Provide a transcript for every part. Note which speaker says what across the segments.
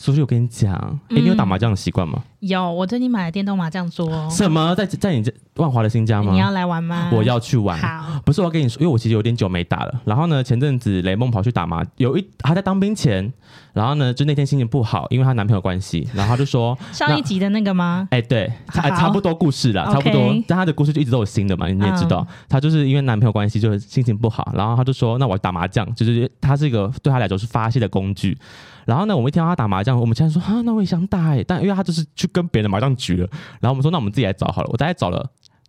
Speaker 1: 苏叔，我跟你讲，哎、你有打
Speaker 2: 嗯
Speaker 1: 麻将的习惯吗？
Speaker 2: 有，我最近买了电动麻将桌，
Speaker 1: 什么在在你这万华的新家吗？
Speaker 2: 你要来玩吗？
Speaker 1: 我要去玩。
Speaker 2: 好，
Speaker 1: 不是我要跟你说，因为我其实有点久没打了。然后呢，前阵子雷梦跑去打麻，有一他在当兵前，然后呢，就那天心情不好，因为她男朋友关系，然后他就说
Speaker 2: 上一
Speaker 1: 那
Speaker 2: 集的那个吗？
Speaker 1: 哎、对，差哎
Speaker 2: 好
Speaker 1: 差不多故事啦，
Speaker 2: OK 嗯
Speaker 1: 差不多。但她的故事就一直都有新的嘛，你也知道，她就是因为男朋友关系就是心情不好，然后她就说，那我打麻将，就是她是一个对她来说是发泄的工具。然后呢，我们一听到她打麻将，我们现在说啊，那我也想打哎、但因为她就是去跟别人的麻将局了，然后我们说，那我们自己来找好了。我大概找了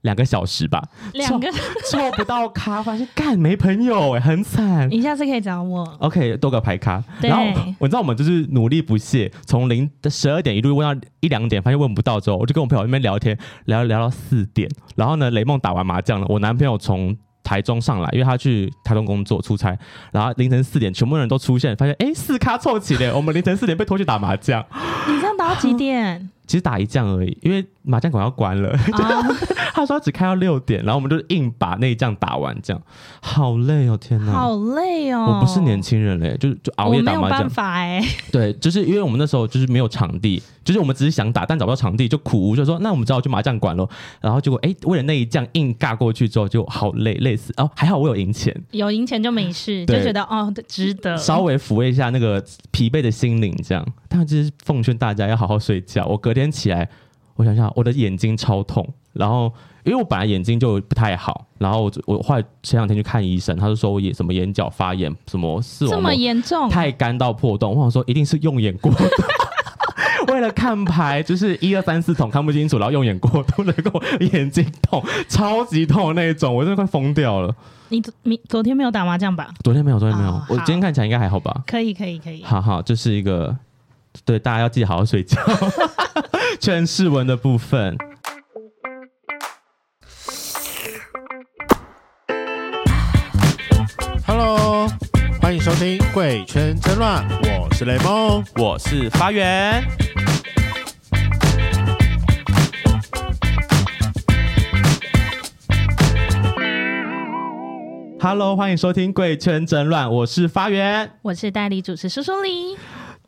Speaker 1: 两个小时吧，
Speaker 2: 两个，
Speaker 1: 凑不到咖，发现干没朋友哎、很惨。
Speaker 2: 你下次可以找我。
Speaker 1: OK，多个牌咖，
Speaker 2: 对
Speaker 1: 然后我知道我们就是努力不懈，从零十二点一路问到一两点，发现问不到之后，我就跟我朋友在那边聊天，聊聊到四点。然后呢，雷梦打完麻将了，我男朋友从台中上来，因为他去台中工作出差，然后凌晨四点，全部人都出现，发现哎四咖凑齐了，我们凌晨四点被拖去打麻将，
Speaker 2: 你这样打到 几点？
Speaker 1: 其实打一将而已，因为麻将馆要关了。
Speaker 2: 啊，
Speaker 1: 他说他只开到六点，然后我们就硬把那一仗打完，这样好累哦，天哪！
Speaker 2: 啊好累哦。
Speaker 1: 我不是年轻人嘞，就就熬
Speaker 2: 我
Speaker 1: 夜
Speaker 2: 没
Speaker 1: 打
Speaker 2: 有
Speaker 1: 麻
Speaker 2: 办
Speaker 1: 将。
Speaker 2: 法哎，
Speaker 1: 对，就是因为我们那时候就是没有场地，就是我们只是想打，但找不到场地，就苦无，就说那我们只好去麻将馆咯。然后结果哎，为了那一仗硬尬过去之后，就好累，累死。哦，还好我有赢钱，
Speaker 2: 有赢钱就没事，就
Speaker 1: 对
Speaker 2: 觉得哦值得。
Speaker 1: 稍微抚慰一下那个疲惫的心灵，这样。但就是奉劝大家要好好睡觉。我隔天起来，我想想，我的眼睛超痛，然后因为我本来眼睛就不太好，然后我就我后来前两天去看医生，他就说我眼什么眼角发炎，什么视
Speaker 2: 这
Speaker 1: 网
Speaker 2: 么
Speaker 1: 膜
Speaker 2: 严重，
Speaker 1: 太干到破洞，我想说一定是用眼 过度。为了看牌，就是一二三四筒看不清楚，然后用眼过度，然后眼睛痛，超级痛的那一种，我真的快疯掉了。
Speaker 2: 你昨你昨天没有打麻将吧？
Speaker 1: 昨天没有，昨天没有，
Speaker 2: 哦
Speaker 1: 我
Speaker 2: 好
Speaker 1: 今天看起来应该还好吧？
Speaker 2: 可以可以可以，
Speaker 1: 好好，这是一个对大家要记得好好睡觉， 全释文的部分。
Speaker 3: Hello，欢迎收听《贵圈争乱》，我是雷梦。
Speaker 1: 我是发源，Hello，欢迎收听《贵圈争乱》，我是发源。
Speaker 2: 我是代理主持苏苏黎，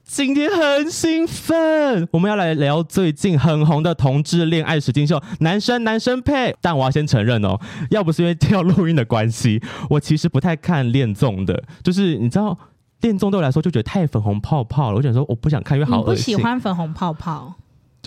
Speaker 1: 今天很兴奋，我们要来聊最近很红的同志恋爱实境秀，男生男生配。但我要先承认哦，要不是因为跳录音的关系，我其实不太看恋综的，就是你知道。恋综对我来说就觉得太粉红泡泡了，我想说我不想看，因为
Speaker 2: 你
Speaker 1: 好
Speaker 2: 不
Speaker 1: 恶
Speaker 2: 喜
Speaker 1: 心。
Speaker 2: 欢粉红泡泡？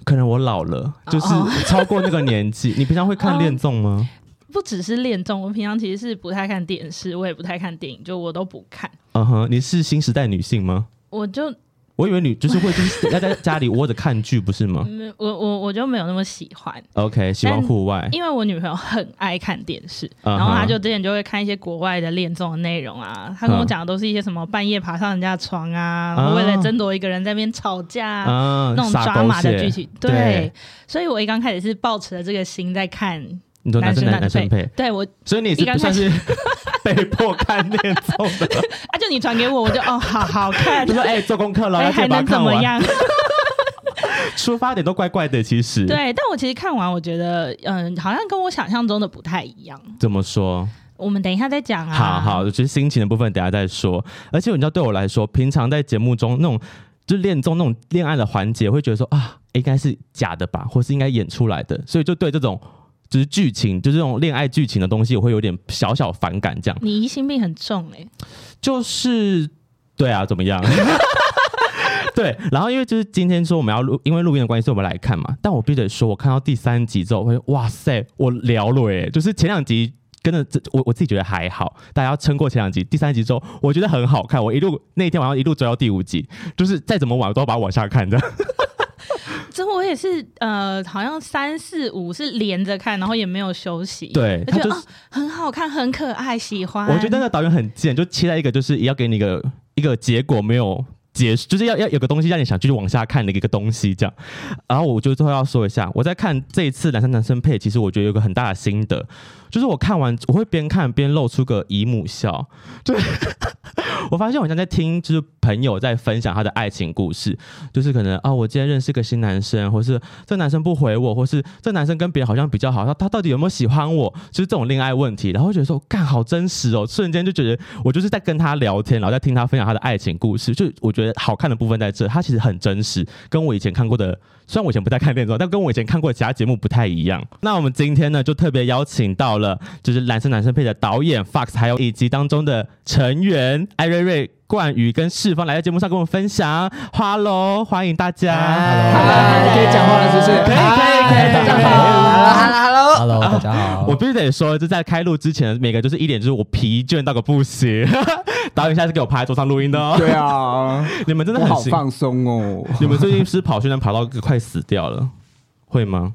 Speaker 1: 可能我老了，就是
Speaker 2: 哦
Speaker 1: 超过那个年纪。你平常会看恋综吗？
Speaker 2: 不只是恋综，我平常其实是不太看电视，我也不太看电影，就我都不看。
Speaker 1: 嗯哼，你是新时代女性吗？
Speaker 2: 我就
Speaker 1: 我以为你就是会就是要在家里窝着看剧，不是吗
Speaker 2: 嗯，我我我就没有那么喜欢，
Speaker 1: ？OK，喜欢
Speaker 2: 但
Speaker 1: 户外。
Speaker 2: 因为我女朋友很爱看电视，
Speaker 1: 嗯哼
Speaker 2: 然后她就之前就会看一些国外的恋综的内容啊，她跟
Speaker 1: 嗯
Speaker 2: 我讲的都是一些什么半夜爬上人家的床啊，然后为了争夺一个人在那边吵架啊、
Speaker 1: 啊
Speaker 2: 那种
Speaker 1: 撒
Speaker 2: 抓
Speaker 1: 狗
Speaker 2: 马的
Speaker 1: 血
Speaker 2: 剧情，对，
Speaker 1: 对
Speaker 2: 所以我一刚开始是抱持了这个心在看
Speaker 1: 你说男生男
Speaker 2: 男
Speaker 1: 男生
Speaker 2: 生
Speaker 1: 配，
Speaker 2: 对我
Speaker 1: 所以你
Speaker 2: 一
Speaker 1: 是
Speaker 2: 刚
Speaker 1: 不
Speaker 2: 开
Speaker 1: 算 是被迫看恋综的，
Speaker 2: 啊，就你传给我，我就哦，好好 看
Speaker 1: 就，说哎、做功课了，
Speaker 2: 哎，
Speaker 1: 要
Speaker 2: 还
Speaker 1: 先把它
Speaker 2: 能怎
Speaker 1: 看
Speaker 2: 么
Speaker 1: 完。
Speaker 2: 样？
Speaker 1: 出发点都怪怪的，其实。，
Speaker 2: 对，但我其实看完，我觉得嗯，好像跟我想象中的不太一样。
Speaker 1: 怎么说？
Speaker 2: 我们等一下再讲啊。
Speaker 1: 好好，我觉得心情的部分等一下再说。而且你知道，对我来说，平常在节目中那种就恋综那种恋爱的环节，会觉得说啊，应该是假的吧，或是应该演出来的，所以就对这种就是剧情，就是这种恋爱剧情的东西，我会有点小小反感。这样
Speaker 2: 你疑心病很重哎、
Speaker 1: 就是对啊，怎么样？ 对，然后因为就是今天说我们要录，因为录音的关系，所以我们来看嘛。但我必须得说，我看到第三集之后，我会哇塞，我聊了耶！就是前两集跟着这，我我自己觉得还好，大家要撑过前两集，第三集之后，我觉得很好看。我一路那天晚上一路追到第五集，就是再怎么晚我都要把它往下看的。
Speaker 2: 这我也是呃，好像三四五是连着看，然后也没有休息。
Speaker 1: 对，
Speaker 2: 我
Speaker 1: 他
Speaker 2: 觉
Speaker 1: 就
Speaker 2: 得、
Speaker 1: 是
Speaker 2: 哦、很好看，很可爱，喜欢。
Speaker 1: 我觉得那个导演很贱，就期待一个就是也要给你一个一个结果没有结束，就是要要有个东西让你想继续往下看的一个东西这样。然后我就最后要说一下，我在看这一次男生男生配，其实我觉得有个很大的心得，就是我看完我会边看边露出个姨母笑， 对。我发现我像在听，就是朋友在分享他的爱情故事，就是可能啊，我今天认识个新男生，或是这男生不回我，或是这男生跟别人好像比较好，他他到底有没有喜欢我？就是这种恋爱问题，然后觉得说，干好真实哦，瞬间就觉得我就是在跟他聊天，然后在听他分享他的爱情故事，就我觉得好看的部分在这，他其实很真实，跟我以前看过的，虽然我以前不太看恋综，但跟我以前看过的其他节目不太一样。那我们今天呢，就特别邀请到了就是《男生男生配》的导演 Fox，还有以及当中的成员艾瑞瑞、冠宇跟世芳来到节目上跟我们分享。Hello，欢迎大家。
Speaker 4: 嗨可以讲话了是不是
Speaker 1: 可以，可以，可以，
Speaker 2: 大
Speaker 1: 可
Speaker 2: 家
Speaker 1: 以。
Speaker 4: Hello，Hello，Hello，
Speaker 5: Hello，大家好。
Speaker 1: 啊我必须得说，就在开录之前，每个就是一点就是我疲倦到个不行。 导演现在是给我趴在桌上录音的 哦。
Speaker 4: 对 啊，
Speaker 1: 你们真的
Speaker 4: 我
Speaker 1: 很
Speaker 4: 好
Speaker 1: 辛
Speaker 4: 放松哦。
Speaker 1: 你们最近是跑训练跑到快死掉了，会吗？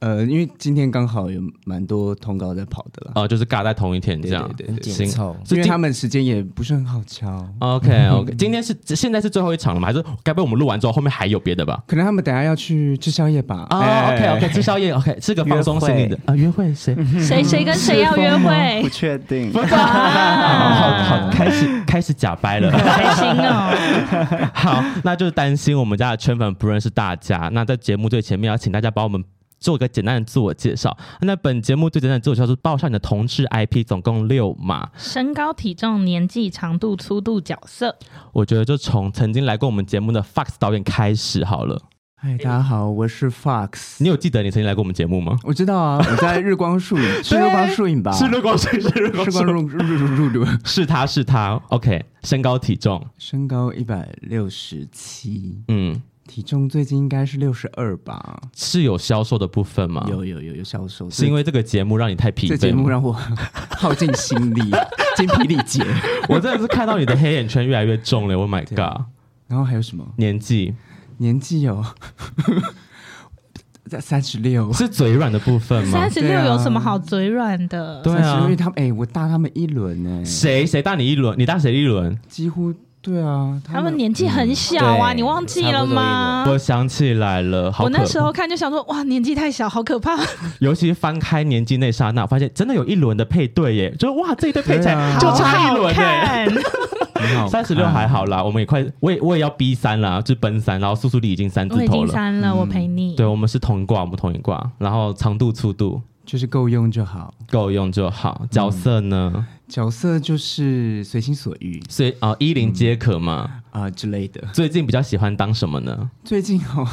Speaker 4: 呃，因为今天刚好有蛮多通告在跑的啦，
Speaker 1: 呃，就是尬在同一天这样，
Speaker 4: 对对对
Speaker 1: 行
Speaker 5: 紧凑
Speaker 1: 是
Speaker 4: 因为
Speaker 1: 今
Speaker 4: 他们时间也不是很好敲，
Speaker 1: OK OK，今天是现在是最后一场了吗？还是该不会我们录完之后后面还有别的吧？
Speaker 4: 可能他们等下要去吃宵夜吧。
Speaker 1: 啊、o
Speaker 4: 哎
Speaker 1: k OK，吃宵夜 OK，吃个放松心灵的啊，约会谁？
Speaker 2: 谁谁跟谁要约
Speaker 6: 嗯 不
Speaker 2: 会？
Speaker 6: 确定，
Speaker 1: 好
Speaker 2: 啊
Speaker 1: 好开始开始假掰 了。
Speaker 2: 开心哦！
Speaker 1: 好，那就是担心我们家的圈粉不认识大家。那在节目最前面，要请大家帮我们。做个简单的自我介绍。那本节目最简单的自我介绍是报上你的同志 IP，总共六码。
Speaker 2: 身高、体重、年纪、长度、粗度、角色，
Speaker 1: 我觉得就从曾经来过我们节目的 Fox 导演开始好了。
Speaker 4: 嗨，大家好，我是 Fox。
Speaker 1: 你有记得你曾经来过我们节目吗？
Speaker 4: 我知道啊，我在日 光树影，是日光树影吧？
Speaker 1: 日光水，是日
Speaker 4: 日光树日日日日，
Speaker 1: 是他是他。OK，身高体重，
Speaker 4: 身高一百六十七，
Speaker 1: 嗯，
Speaker 4: 体重最近应该是六十二吧？
Speaker 1: 是有销售的部分吗？，
Speaker 4: 有有有有销售，
Speaker 1: 啊是因为这个节目让你太疲惫
Speaker 4: 这
Speaker 1: 吗。
Speaker 4: 节目让我耗尽心 力，精疲力竭。
Speaker 1: 我真的是看到你的黑眼圈越来越重了。Oh my god！
Speaker 4: 然后还有什么？
Speaker 1: 年纪
Speaker 4: 年纪有在三十六，
Speaker 1: 是嘴软的部分吗
Speaker 2: 三？十
Speaker 6: 啊
Speaker 2: 六有什么好嘴软的？
Speaker 1: 嗯对
Speaker 4: 36因
Speaker 1: 啊
Speaker 4: 为，他们哎、我大他们一轮呢、
Speaker 1: 谁谁大你一轮？你大谁一轮？
Speaker 4: 几乎对啊，
Speaker 2: 他
Speaker 4: 他
Speaker 2: 们年纪很小
Speaker 1: 嗯
Speaker 2: 啊，
Speaker 5: 对
Speaker 2: 你忘记了吗？
Speaker 1: 我想起来了，好
Speaker 2: 啊我
Speaker 1: 可啊
Speaker 2: 那时候看就想说，哇，年纪太小，好可怕。
Speaker 1: 尤其翻开年纪那刹那，发现真的有一轮的配对耶，就是哇，这一对配起
Speaker 4: 啊
Speaker 1: 来就差一轮耶。
Speaker 6: 欸
Speaker 2: 看，
Speaker 4: 很好看
Speaker 1: 三十六还好啦，我们也快，我也我也要 B 三啦，就是奔三，然后速速里已经三
Speaker 2: 我
Speaker 1: 字
Speaker 2: 已
Speaker 1: 头
Speaker 2: 经
Speaker 1: 了。嗯
Speaker 2: 删了，我陪你。
Speaker 1: 对，我们是同一卦，我们同一卦，然后长度、粗度
Speaker 4: 就是够用就好。
Speaker 1: 够用就好。角色呢，
Speaker 4: 角色就是随心所欲
Speaker 1: 所以啊、呃一零皆可嘛。
Speaker 4: 啊、之类的。
Speaker 1: 最近比较喜欢当什么 呢？
Speaker 4: 最近哦，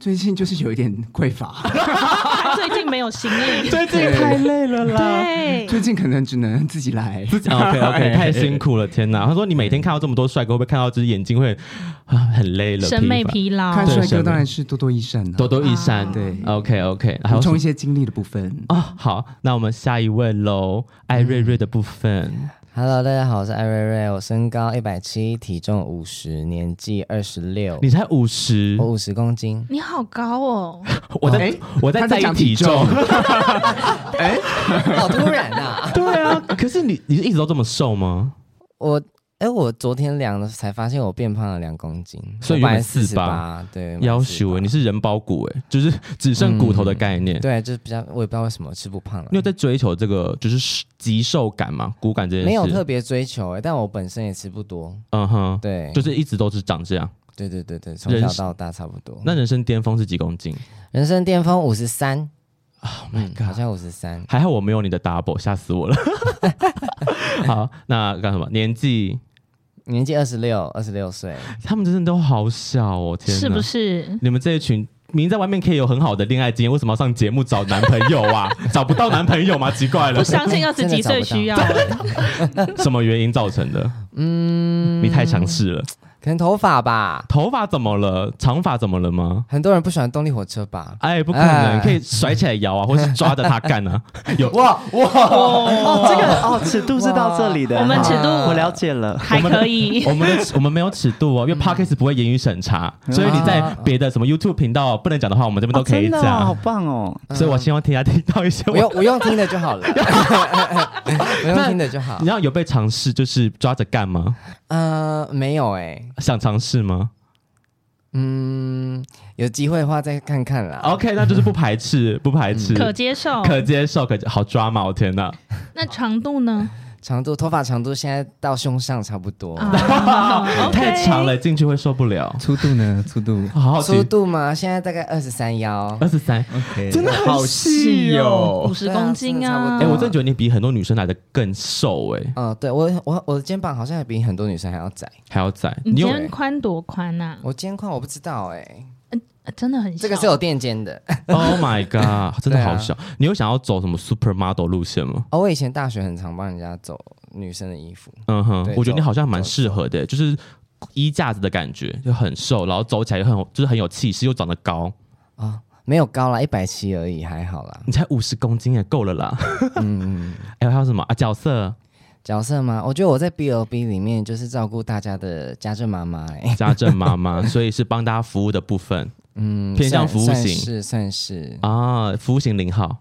Speaker 4: 最近就是有一点匮乏，
Speaker 2: 他 最近没有行李，
Speaker 1: 最
Speaker 4: 近太
Speaker 1: 累了。
Speaker 2: 对，
Speaker 4: 最近可能只能自己来。啊
Speaker 1: OK OK，太哦辛苦了，天哪！他说你每天看到这么多帅哥，会不会看到就是眼睛会啊很累了？
Speaker 2: 审美
Speaker 1: 疲
Speaker 2: 疲劳
Speaker 4: 看。
Speaker 1: 对
Speaker 4: 帅
Speaker 1: 审
Speaker 4: 哥
Speaker 1: 美
Speaker 4: 当然是多多益善
Speaker 1: 乏，
Speaker 4: 啊，
Speaker 1: 多多益善。
Speaker 2: 啊
Speaker 4: 对
Speaker 1: OK OK，还有什
Speaker 4: 补充
Speaker 1: 么
Speaker 4: 一些经历的部分。
Speaker 1: 啊？好，那我们下一位喽，艾瑞瑞的部分。
Speaker 4: 嗯
Speaker 5: Hello，大家好，我是艾瑞瑞，我身高一百七，体重五十，年纪二十六，
Speaker 1: 你才五十
Speaker 4: 哦
Speaker 5: 我，五十 公斤。
Speaker 2: 你好高哦，
Speaker 1: 我在
Speaker 4: 哎
Speaker 1: 我在
Speaker 4: 他
Speaker 1: 在
Speaker 4: 在
Speaker 1: 意
Speaker 4: 讲
Speaker 1: 体
Speaker 4: 体
Speaker 1: 重
Speaker 4: 重。
Speaker 5: 好突然啊！
Speaker 1: 对啊，可是你你是一直都这么瘦吗？
Speaker 5: 我哎、我昨天量了才发现我变胖了两公斤，
Speaker 1: 所以原
Speaker 5: 我本
Speaker 1: 本
Speaker 5: 来四十
Speaker 1: 48
Speaker 5: 八，对，
Speaker 1: 要
Speaker 5: 48
Speaker 1: 求你是人包骨哎，就是只剩骨头的概念。
Speaker 5: 对，啊就是比较，我也不知道为什么吃不胖了
Speaker 1: 你有。在追求这个就是极瘦感吗？骨感这件事
Speaker 5: 没有特别追求、哎，但我本身也吃不多，
Speaker 1: 嗯哼，
Speaker 5: 对，嗯
Speaker 1: 就是一直都是长这样。
Speaker 5: 对对对对，从
Speaker 1: 人
Speaker 5: 小
Speaker 1: 生
Speaker 5: 到大差不多。
Speaker 1: 那人生巅峰是几公斤
Speaker 5: 人生巅峰五十三，
Speaker 1: ？Oh
Speaker 5: 嗯，好像五十三，
Speaker 1: 还好我没有你的 double，吓死我了。 好，那干什么？年纪，
Speaker 5: 年纪二十六，二十六岁，
Speaker 1: 他们真的都好小哦，天哪！
Speaker 2: 是 不？是？
Speaker 1: 你们这一群明明在外面可以有很好的恋爱经验，为什么要上节目找男朋友啊？ 找不到男朋友吗？奇怪了
Speaker 2: 不，相信二十几岁需要，
Speaker 1: 什么原因造成的？嗯，你太强势了。
Speaker 5: 可能头发吧，
Speaker 1: 头发怎么了？长发怎么了吗？
Speaker 5: 很多人不喜欢动力火车 吧？
Speaker 1: 哎，不可能，
Speaker 5: 哎
Speaker 1: 可以甩起来摇啊，或是抓着他干啊。有
Speaker 5: 哇哇！
Speaker 6: 哦，这个哦，尺度是到这里的，
Speaker 2: 我们尺度
Speaker 6: 我了解了。
Speaker 2: 还可以。
Speaker 1: 我们的我们没有尺度哦，因为 podcast 不会言语审查，所以你在别的什么 YouTube 频道不能讲的话，我们这边都可以
Speaker 6: 哦真的哦好
Speaker 1: 讲。
Speaker 6: 棒哦！
Speaker 1: 所以我希望大家听到一些
Speaker 5: 我
Speaker 1: 我。
Speaker 5: 用我用听 的就好了，我用听的就好
Speaker 1: 你知。道有被尝试就是抓着干吗？
Speaker 5: 呃，没有哎、
Speaker 1: 想尝试吗
Speaker 5: 嗯，有机会的话再看看啦。
Speaker 1: ？OK，那就是不排斥，不排斥，
Speaker 2: 可接受。
Speaker 1: 可接受，可接好抓嘛！我天哪，
Speaker 2: 那长度呢？
Speaker 5: 长度头发长度现在到胸上差不多，
Speaker 2: 啊
Speaker 1: 太长。了，进去会受不了。
Speaker 4: 粗度呢？粗度
Speaker 1: 好好
Speaker 5: 粗
Speaker 1: 奇，
Speaker 5: 度嘛，现在大概二十三腰。
Speaker 1: 二十三，
Speaker 4: ，OK，
Speaker 1: 真的好细哦。
Speaker 2: 五十公斤啊！
Speaker 5: 对啊真的差不
Speaker 1: 哎、
Speaker 5: 多
Speaker 1: 我真的觉得你比很多女生来的更瘦哎、
Speaker 5: 嗯，对我我我的肩膀好像也比很多女生还要窄，
Speaker 1: 还要窄。
Speaker 2: 你
Speaker 1: 你有
Speaker 2: 肩宽多宽呐？
Speaker 5: 我肩宽我不知道哎、
Speaker 2: 啊真的很小
Speaker 5: 这个是有垫肩的。
Speaker 1: Oh my god，真的
Speaker 5: 对啊
Speaker 1: 好小。你有想要走什么 supermodel 路线吗？
Speaker 5: 哦，我以前大学很常帮人家走女生的衣服，
Speaker 1: 嗯哼
Speaker 5: 对，
Speaker 1: 我觉得你
Speaker 5: 走
Speaker 1: 好像蛮适合的、就是衣架子的感觉，就很瘦，然后走起来又很有就是很有气势，又长得高。
Speaker 5: 没有高啦，一百七而已，还好啦。
Speaker 1: 你才五十公斤也哎够了啦。
Speaker 5: 嗯，
Speaker 1: 哎、还有什么啊？角色
Speaker 5: 角色吗？我觉得我在 B L B 里面就是照顾大家的家政妈妈、 欸，
Speaker 1: 家政妈 妈，所以是帮大家服务的部分
Speaker 5: 嗯，
Speaker 1: 偏向服务
Speaker 5: 算
Speaker 1: 型
Speaker 5: 算是算是
Speaker 1: 啊。服务型零号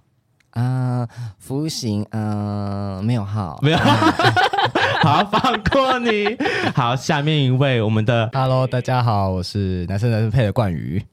Speaker 5: 啊，服务型，嗯、没有号。
Speaker 1: 没有。 好，放过你。好，下面一位，我们的
Speaker 7: Hello，大家好，我是男生男生配的冠宇。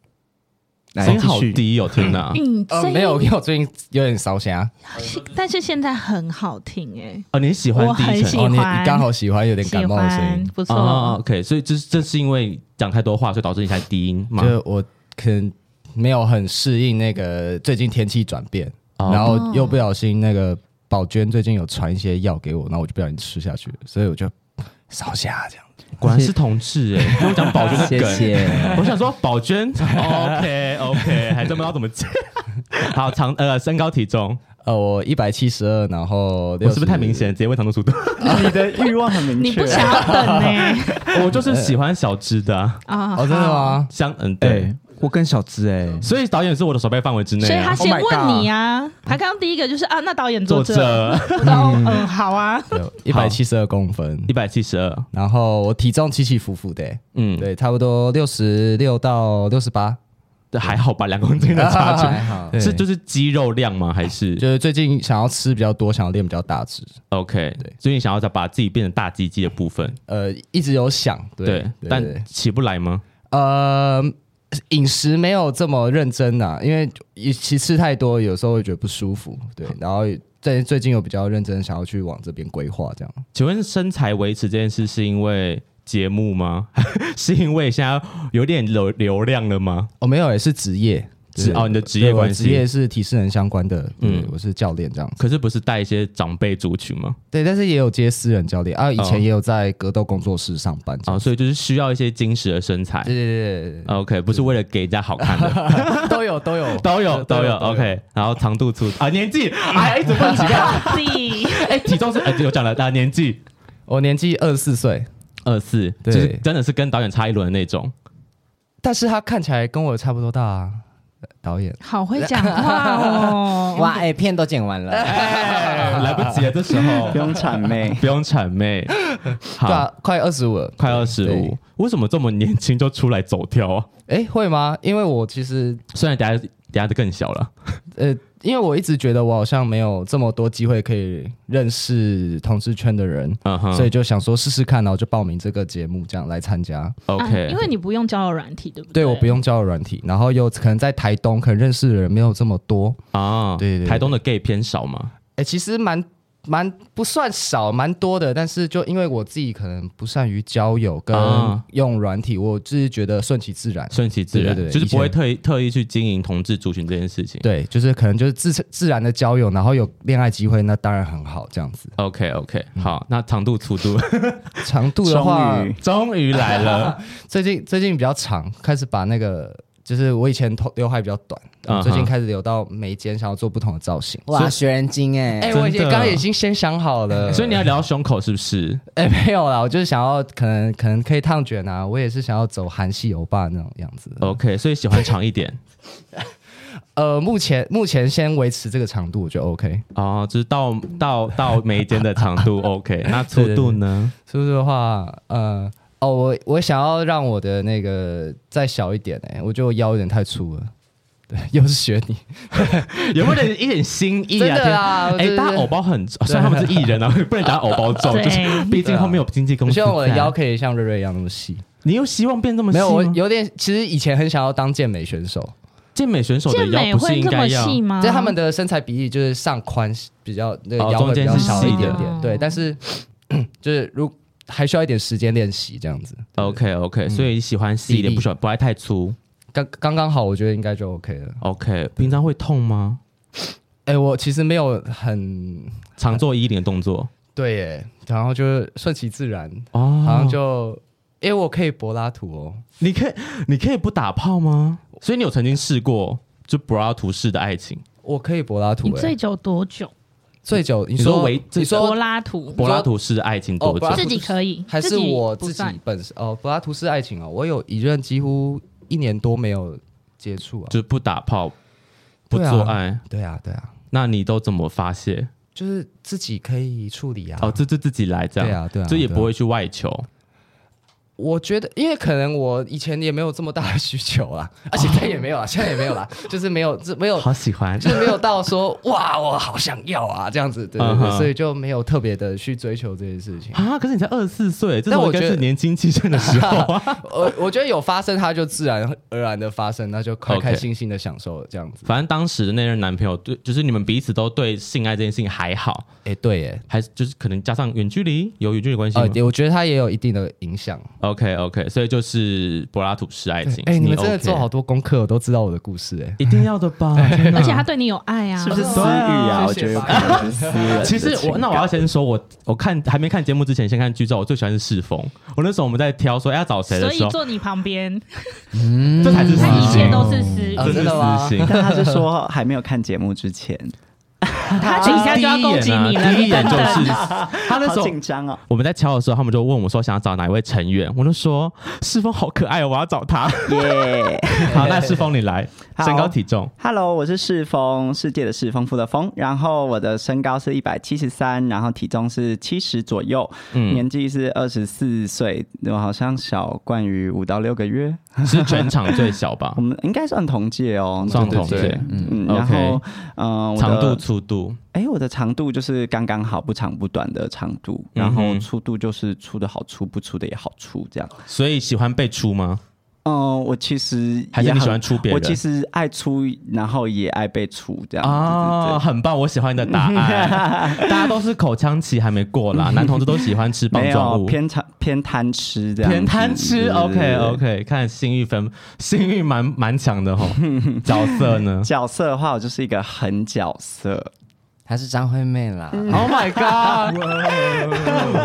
Speaker 1: 声音好低哦，天 哪！
Speaker 2: 嗯，
Speaker 7: 呃，
Speaker 2: 声
Speaker 7: 没有，
Speaker 2: 音，
Speaker 7: 因为我最近有点烧香，
Speaker 2: 但是现在很好听哎，
Speaker 1: 哦，你喜欢
Speaker 2: 我
Speaker 1: 低
Speaker 2: 很喜
Speaker 1: 沉
Speaker 7: 哦，你
Speaker 2: 欢
Speaker 7: 你刚好喜欢有点
Speaker 2: 喜
Speaker 7: 感冒的声
Speaker 2: 欢
Speaker 7: 音，
Speaker 2: 不
Speaker 1: 哦
Speaker 2: 错。
Speaker 1: ，OK，所以这是这是因为讲太多话，所以导致你才低音嘛？
Speaker 7: 就是我可能没有很适应那个最近天气转变，
Speaker 1: 哦
Speaker 7: 然后又不小心那个宝娟最近有传一些药给我，然后我就不小心吃下去了，所以我就 烧虾这样。
Speaker 1: 果然是同志哎、跟我讲宝娟的
Speaker 4: 谢
Speaker 1: 梗，
Speaker 4: 谢。
Speaker 1: 我想说宝娟 ，OK OK，还真不知道怎么接。好长呃身高体重，
Speaker 7: 呃，我一百七十二，然后
Speaker 1: 我是不是太明显？？直接问长度 速度，
Speaker 6: 你的欲望很
Speaker 2: 你
Speaker 6: 明
Speaker 2: 不
Speaker 6: 确。
Speaker 2: 想要等哎呢？
Speaker 1: 我就是喜欢小只的啊、
Speaker 2: 啊，
Speaker 7: 哦，真的
Speaker 2: 好？
Speaker 7: 吗？
Speaker 1: 像嗯
Speaker 4: 哎、
Speaker 1: 对，
Speaker 4: 我更小只哎、
Speaker 1: 所以导演是我的手背范围之内、
Speaker 2: 所以他
Speaker 1: 啊。
Speaker 2: 先
Speaker 6: Oh my god
Speaker 2: 问你啊，他刚刚第一个就是啊，那导演
Speaker 1: 作
Speaker 2: 坐这，
Speaker 1: 者
Speaker 2: 我说哦嗯，好啊，
Speaker 7: 一百七十二公分
Speaker 1: 一，百七十二，
Speaker 7: 然后我体重起起伏伏的、欸
Speaker 1: 嗯，
Speaker 7: 对，差不多六十六到六十八，
Speaker 1: 对，还好吧，两公斤的差 距。
Speaker 5: 还好，，
Speaker 1: 是
Speaker 7: 是
Speaker 1: 就
Speaker 7: 就是
Speaker 1: 肌肉量吗？还是
Speaker 7: 就是最近想要吃比较多，想要练比较大只，
Speaker 1: OK？
Speaker 7: 对
Speaker 1: 所以你想要再把自己变成大鸡鸡的部分，
Speaker 7: 呃，一直有想，对，
Speaker 1: 对，但
Speaker 7: 对
Speaker 1: 起不来吗？
Speaker 7: 呃，饮食没有这么认真呐、因为一其实吃太多，有时候会觉得不舒服，对，然后最最近有比较认真想要去往这边规划，这样，
Speaker 1: 请问身材维持这件事是因为节目吗？ 是因为现在有点流流量了吗？
Speaker 7: 哦，没有、欸，是职业，对
Speaker 1: 职哦你的职业
Speaker 7: 对我
Speaker 1: 关系
Speaker 7: 职业是体适能相关的，嗯
Speaker 1: 嗯，
Speaker 7: 我是教练这样子，
Speaker 1: 可是不是带一些长辈族群吗？
Speaker 7: 对，但是也有接私人教练啊，以
Speaker 1: 哦
Speaker 7: 前也有在格斗工作室上班这样
Speaker 1: 啊、所以就是需要一些精实的身材
Speaker 7: 对。对对对对
Speaker 1: OK，不是为了给人家好看 的，
Speaker 7: 对，都有都有
Speaker 1: 都有都有。OK，然后长度粗啊，年纪哎，一直问几 个？
Speaker 2: 弟，
Speaker 1: 哎，体重是呃有讲了，啊，年纪
Speaker 7: 我年纪二十四岁，
Speaker 1: 二四，就
Speaker 7: 对
Speaker 1: 是真的是跟导演差一轮的那种。
Speaker 7: 但是他看起来跟我差不多大、啊。呃导演，
Speaker 2: 好会讲话哦
Speaker 5: 哇，哎、片都剪完了，
Speaker 1: 哎，来不及了，这时候
Speaker 6: 不用谄
Speaker 1: ，
Speaker 6: 媚
Speaker 1: 不用谄媚。
Speaker 7: 对
Speaker 1: 好，
Speaker 7: 啊，快二十五了，
Speaker 1: 快二十五
Speaker 7: 对，
Speaker 1: 为什么这么年轻就出来走跳啊？
Speaker 7: 哎，会吗？因为我其实，
Speaker 1: 虽然等下等下的更小了，
Speaker 7: 呃，因为我一直觉得我好像没有这么多机会可以认识同志圈的人，
Speaker 1: 嗯哼，
Speaker 7: 所以就想说试试看，然后就报名这个节目，这样来参加。
Speaker 2: 啊
Speaker 1: OK，
Speaker 2: 因为你不用交友软体，对不
Speaker 7: 对，我不用交友软体，然后又可能在台东，可能认识的人没有这么多。
Speaker 1: 啊，
Speaker 7: 对对对
Speaker 1: 台东的 gay 偏少嘛，
Speaker 7: 哎，其实蛮蛮不算少，蛮多的，但是就因为我自己可能不善于交友跟
Speaker 1: 啊
Speaker 7: 用软体，我只是觉得顺其自然。
Speaker 1: 顺其自然，
Speaker 7: 对对对
Speaker 1: 就是不会
Speaker 7: 以前
Speaker 1: 特意特意去经营同志族群这件事情。
Speaker 7: 对，就是可能就是自自然的交友，然后有恋爱机会，那当然很好。这样子，
Speaker 1: OK OK，好，
Speaker 7: 嗯
Speaker 1: 那长度粗 度
Speaker 7: 长度的话
Speaker 6: 终，于
Speaker 1: 终于来了，
Speaker 7: 最近最近比较长，开始把那个就是我以前头刘海比较短，
Speaker 1: 嗯
Speaker 7: 最近
Speaker 1: 哼
Speaker 7: 开始留到眉间，想要做不同的造型。
Speaker 5: 哇，学人精哎、
Speaker 7: 哎、
Speaker 1: 真
Speaker 7: 我已经
Speaker 1: 的哎
Speaker 7: 刚刚已经先想好了，
Speaker 1: 所以你要聊到胸口是不是？
Speaker 7: 哎、没有啦，我就是想要可能可能可以烫卷啊，我也是想要走韩系欧巴那种样子。
Speaker 1: OK，所以喜欢长一点
Speaker 7: 呃，目前目前先维持这个长度，我觉得 OK。
Speaker 1: 哦，就是到到到眉间的长 度 OK，那粗度呢？
Speaker 7: 速度的话，呃，哦，欸我我想要让我的那个再小一点哎、我觉得我腰有点太粗了。 对，又是学你，
Speaker 1: 有没有点一点新意啊？
Speaker 5: 真的啊
Speaker 1: 天
Speaker 5: 我觉
Speaker 1: 哎，
Speaker 5: 得
Speaker 1: 大家偶包很，虽然他们是艺人啊，不能打偶包重，
Speaker 2: 对
Speaker 1: 就是毕竟后面有经纪
Speaker 7: 我
Speaker 1: 公司
Speaker 7: 希
Speaker 1: 在。
Speaker 7: 望我的腰可以像瑞瑞一样那么细。
Speaker 1: 你有希望变这么细
Speaker 7: 没有，我
Speaker 1: 吗
Speaker 7: 有点，其实以前很想要当健美选手，
Speaker 1: 健美选手的
Speaker 2: 健美
Speaker 1: 腰不是
Speaker 2: 会
Speaker 1: 应
Speaker 2: 这
Speaker 1: 该
Speaker 2: 么
Speaker 1: 要
Speaker 2: 细吗？
Speaker 7: 就是他们的身材比例就是上宽比较，那个
Speaker 1: 哦
Speaker 7: 腰会比较
Speaker 1: 中间是
Speaker 7: 小一
Speaker 1: 细的
Speaker 7: 点点，对，但是就是如还需要一点时间练习这样子。
Speaker 1: ？OK OK，所以喜欢细一点，
Speaker 7: 比例
Speaker 1: 不喜欢不爱太粗。
Speaker 7: 刚刚刚好，我觉得应该就 OK 了。
Speaker 1: OK，平常会痛吗？
Speaker 7: 哎、我其实没有很
Speaker 1: 常做一点动作
Speaker 7: 对耶，然后就是顺其自然，
Speaker 1: 哦，
Speaker 7: 好像就因为我可以柏拉图哦，
Speaker 1: 你可以你可以不打炮吗？所以你有曾经试过就柏拉图式的爱情？
Speaker 7: 我可以柏拉图
Speaker 2: 你
Speaker 7: 哎，
Speaker 2: 醉酒多久？
Speaker 7: 最久你
Speaker 1: 你
Speaker 7: 说
Speaker 1: 说为
Speaker 2: 柏
Speaker 7: 你说
Speaker 2: 拉图
Speaker 1: 柏拉图式的爱情
Speaker 7: 哦
Speaker 1: 多
Speaker 7: 柏
Speaker 1: 久
Speaker 7: 拉？图
Speaker 2: 自己可以，
Speaker 7: 还是我
Speaker 2: 不
Speaker 7: 自己
Speaker 2: 算
Speaker 7: 本身哦，柏拉图式爱情哦，我有一任几乎一年多没有接触啊，
Speaker 1: 就是不打炮，不
Speaker 7: 对啊
Speaker 1: 做爱，
Speaker 7: 对啊对啊，
Speaker 1: 那你都怎么发泄？
Speaker 7: 就是自己可以处理啊，
Speaker 1: 哦，这这自己来这样，
Speaker 7: 对啊对啊
Speaker 1: 这也
Speaker 7: 对啊
Speaker 1: 不会去外求。
Speaker 7: 我觉得，因为可能我以前也没有这么大的需求啊，而且现在也没有啊，现在也没有啦，就是没有这没有
Speaker 1: 哦好喜 欢，
Speaker 7: 就是没有到说哇，我好想要啊这样子，对对对
Speaker 1: 嗯哼
Speaker 7: 所以就没有特别的去追求这件事情。
Speaker 1: 啊！可是你才二十四岁，这
Speaker 7: 但
Speaker 1: 种应
Speaker 7: 我
Speaker 1: 该
Speaker 7: 觉得
Speaker 1: 是年轻气盛的时候 啊。
Speaker 7: 我我觉得有发生，它就自然而然的发生，那就开
Speaker 1: OK
Speaker 7: 开心心的享受这样子。
Speaker 1: 反正当时的那任男朋友对，就是你们彼此都对性爱这件事情还好，
Speaker 7: 哎、对耶，
Speaker 1: 还是就是可能加上远距离，有远距离关系吗
Speaker 7: 呃，我觉得它也有一定的影响。
Speaker 1: ？OK OK，所以就是柏拉图式爱情。
Speaker 7: 哎、你们真的
Speaker 1: OK
Speaker 7: 做好多功课，我都知道我的故事哎。
Speaker 1: 一定要的 吧？天哪
Speaker 2: 而且他对你有爱啊，
Speaker 6: 是不是私欲啊？我觉得有可 能是私人的
Speaker 1: 其实
Speaker 6: 情
Speaker 1: 我那我要先说，我我看还没看节目之前，先看剧照，我最喜欢是世峰。我那时候我们在挑说哎要找谁的
Speaker 2: 所
Speaker 1: 时
Speaker 2: 以
Speaker 1: 候，
Speaker 2: 坐你旁边，
Speaker 1: 这才是
Speaker 2: 他一
Speaker 1: 私
Speaker 2: 切
Speaker 1: 心，
Speaker 2: 都是私欲
Speaker 7: 哦，真
Speaker 1: 这
Speaker 7: 的吗
Speaker 1: 是私心。
Speaker 6: 但他是说还没有看节目之前，
Speaker 2: 他等一下就要攻击你了，
Speaker 1: 第一
Speaker 2: 你
Speaker 1: 眼
Speaker 2: 等
Speaker 1: 啊第一眼就是
Speaker 2: 等。
Speaker 1: 他那时
Speaker 6: 好
Speaker 1: 候
Speaker 6: 紧张哦。
Speaker 1: 我们在敲的时候，他们就问我说想要找哪一位成员，我就说世峰好可爱哦，我要找他。
Speaker 6: 耶、
Speaker 1: 好，那世峰你来，
Speaker 6: 好
Speaker 1: 身高体重
Speaker 6: h e l l o 我是世峰，世界的世，丰富的丰。然后我的身高是一百七十三，然后体重是七十左右，
Speaker 1: 嗯
Speaker 6: 年纪是二十四岁，我好像小冠宇五到六个月，
Speaker 1: 是全场最小 吧
Speaker 6: 我？们应该算同届哦，
Speaker 1: 算同
Speaker 6: 嗯对对对
Speaker 1: 届
Speaker 6: 嗯，
Speaker 1: OK
Speaker 6: 然后嗯、呃我的
Speaker 1: 长度、粗度，
Speaker 6: 哎，我的长度就是刚刚好，不长不短的长度，
Speaker 1: 嗯
Speaker 6: 然
Speaker 1: 哼
Speaker 6: 后粗度就是粗的好粗，不粗的也好粗，这样。
Speaker 1: 所以喜欢被出吗？
Speaker 6: 嗯，我其实
Speaker 1: 还是
Speaker 6: 也
Speaker 1: 你
Speaker 6: 很
Speaker 1: 喜欢出别人
Speaker 6: 我其实爱出，然后也爱被出，这样。
Speaker 1: 啊，
Speaker 6: 啊，
Speaker 1: 很棒，我喜欢你的答案。 大家都是口腔期还没过啦，男同志都喜欢吃棒
Speaker 6: 没
Speaker 1: 状
Speaker 6: 有
Speaker 1: 物。
Speaker 6: 偏贪偏贪吃这样子。
Speaker 1: 偏贪吃
Speaker 6: 对
Speaker 1: ，OK。OK，看哦性欲分性欲蛮蛮强的吼。 角色呢
Speaker 6: 角色的话，我就是一个很角色，
Speaker 5: 还是张惠妹啦。
Speaker 7: 嗯
Speaker 1: ？Oh my god！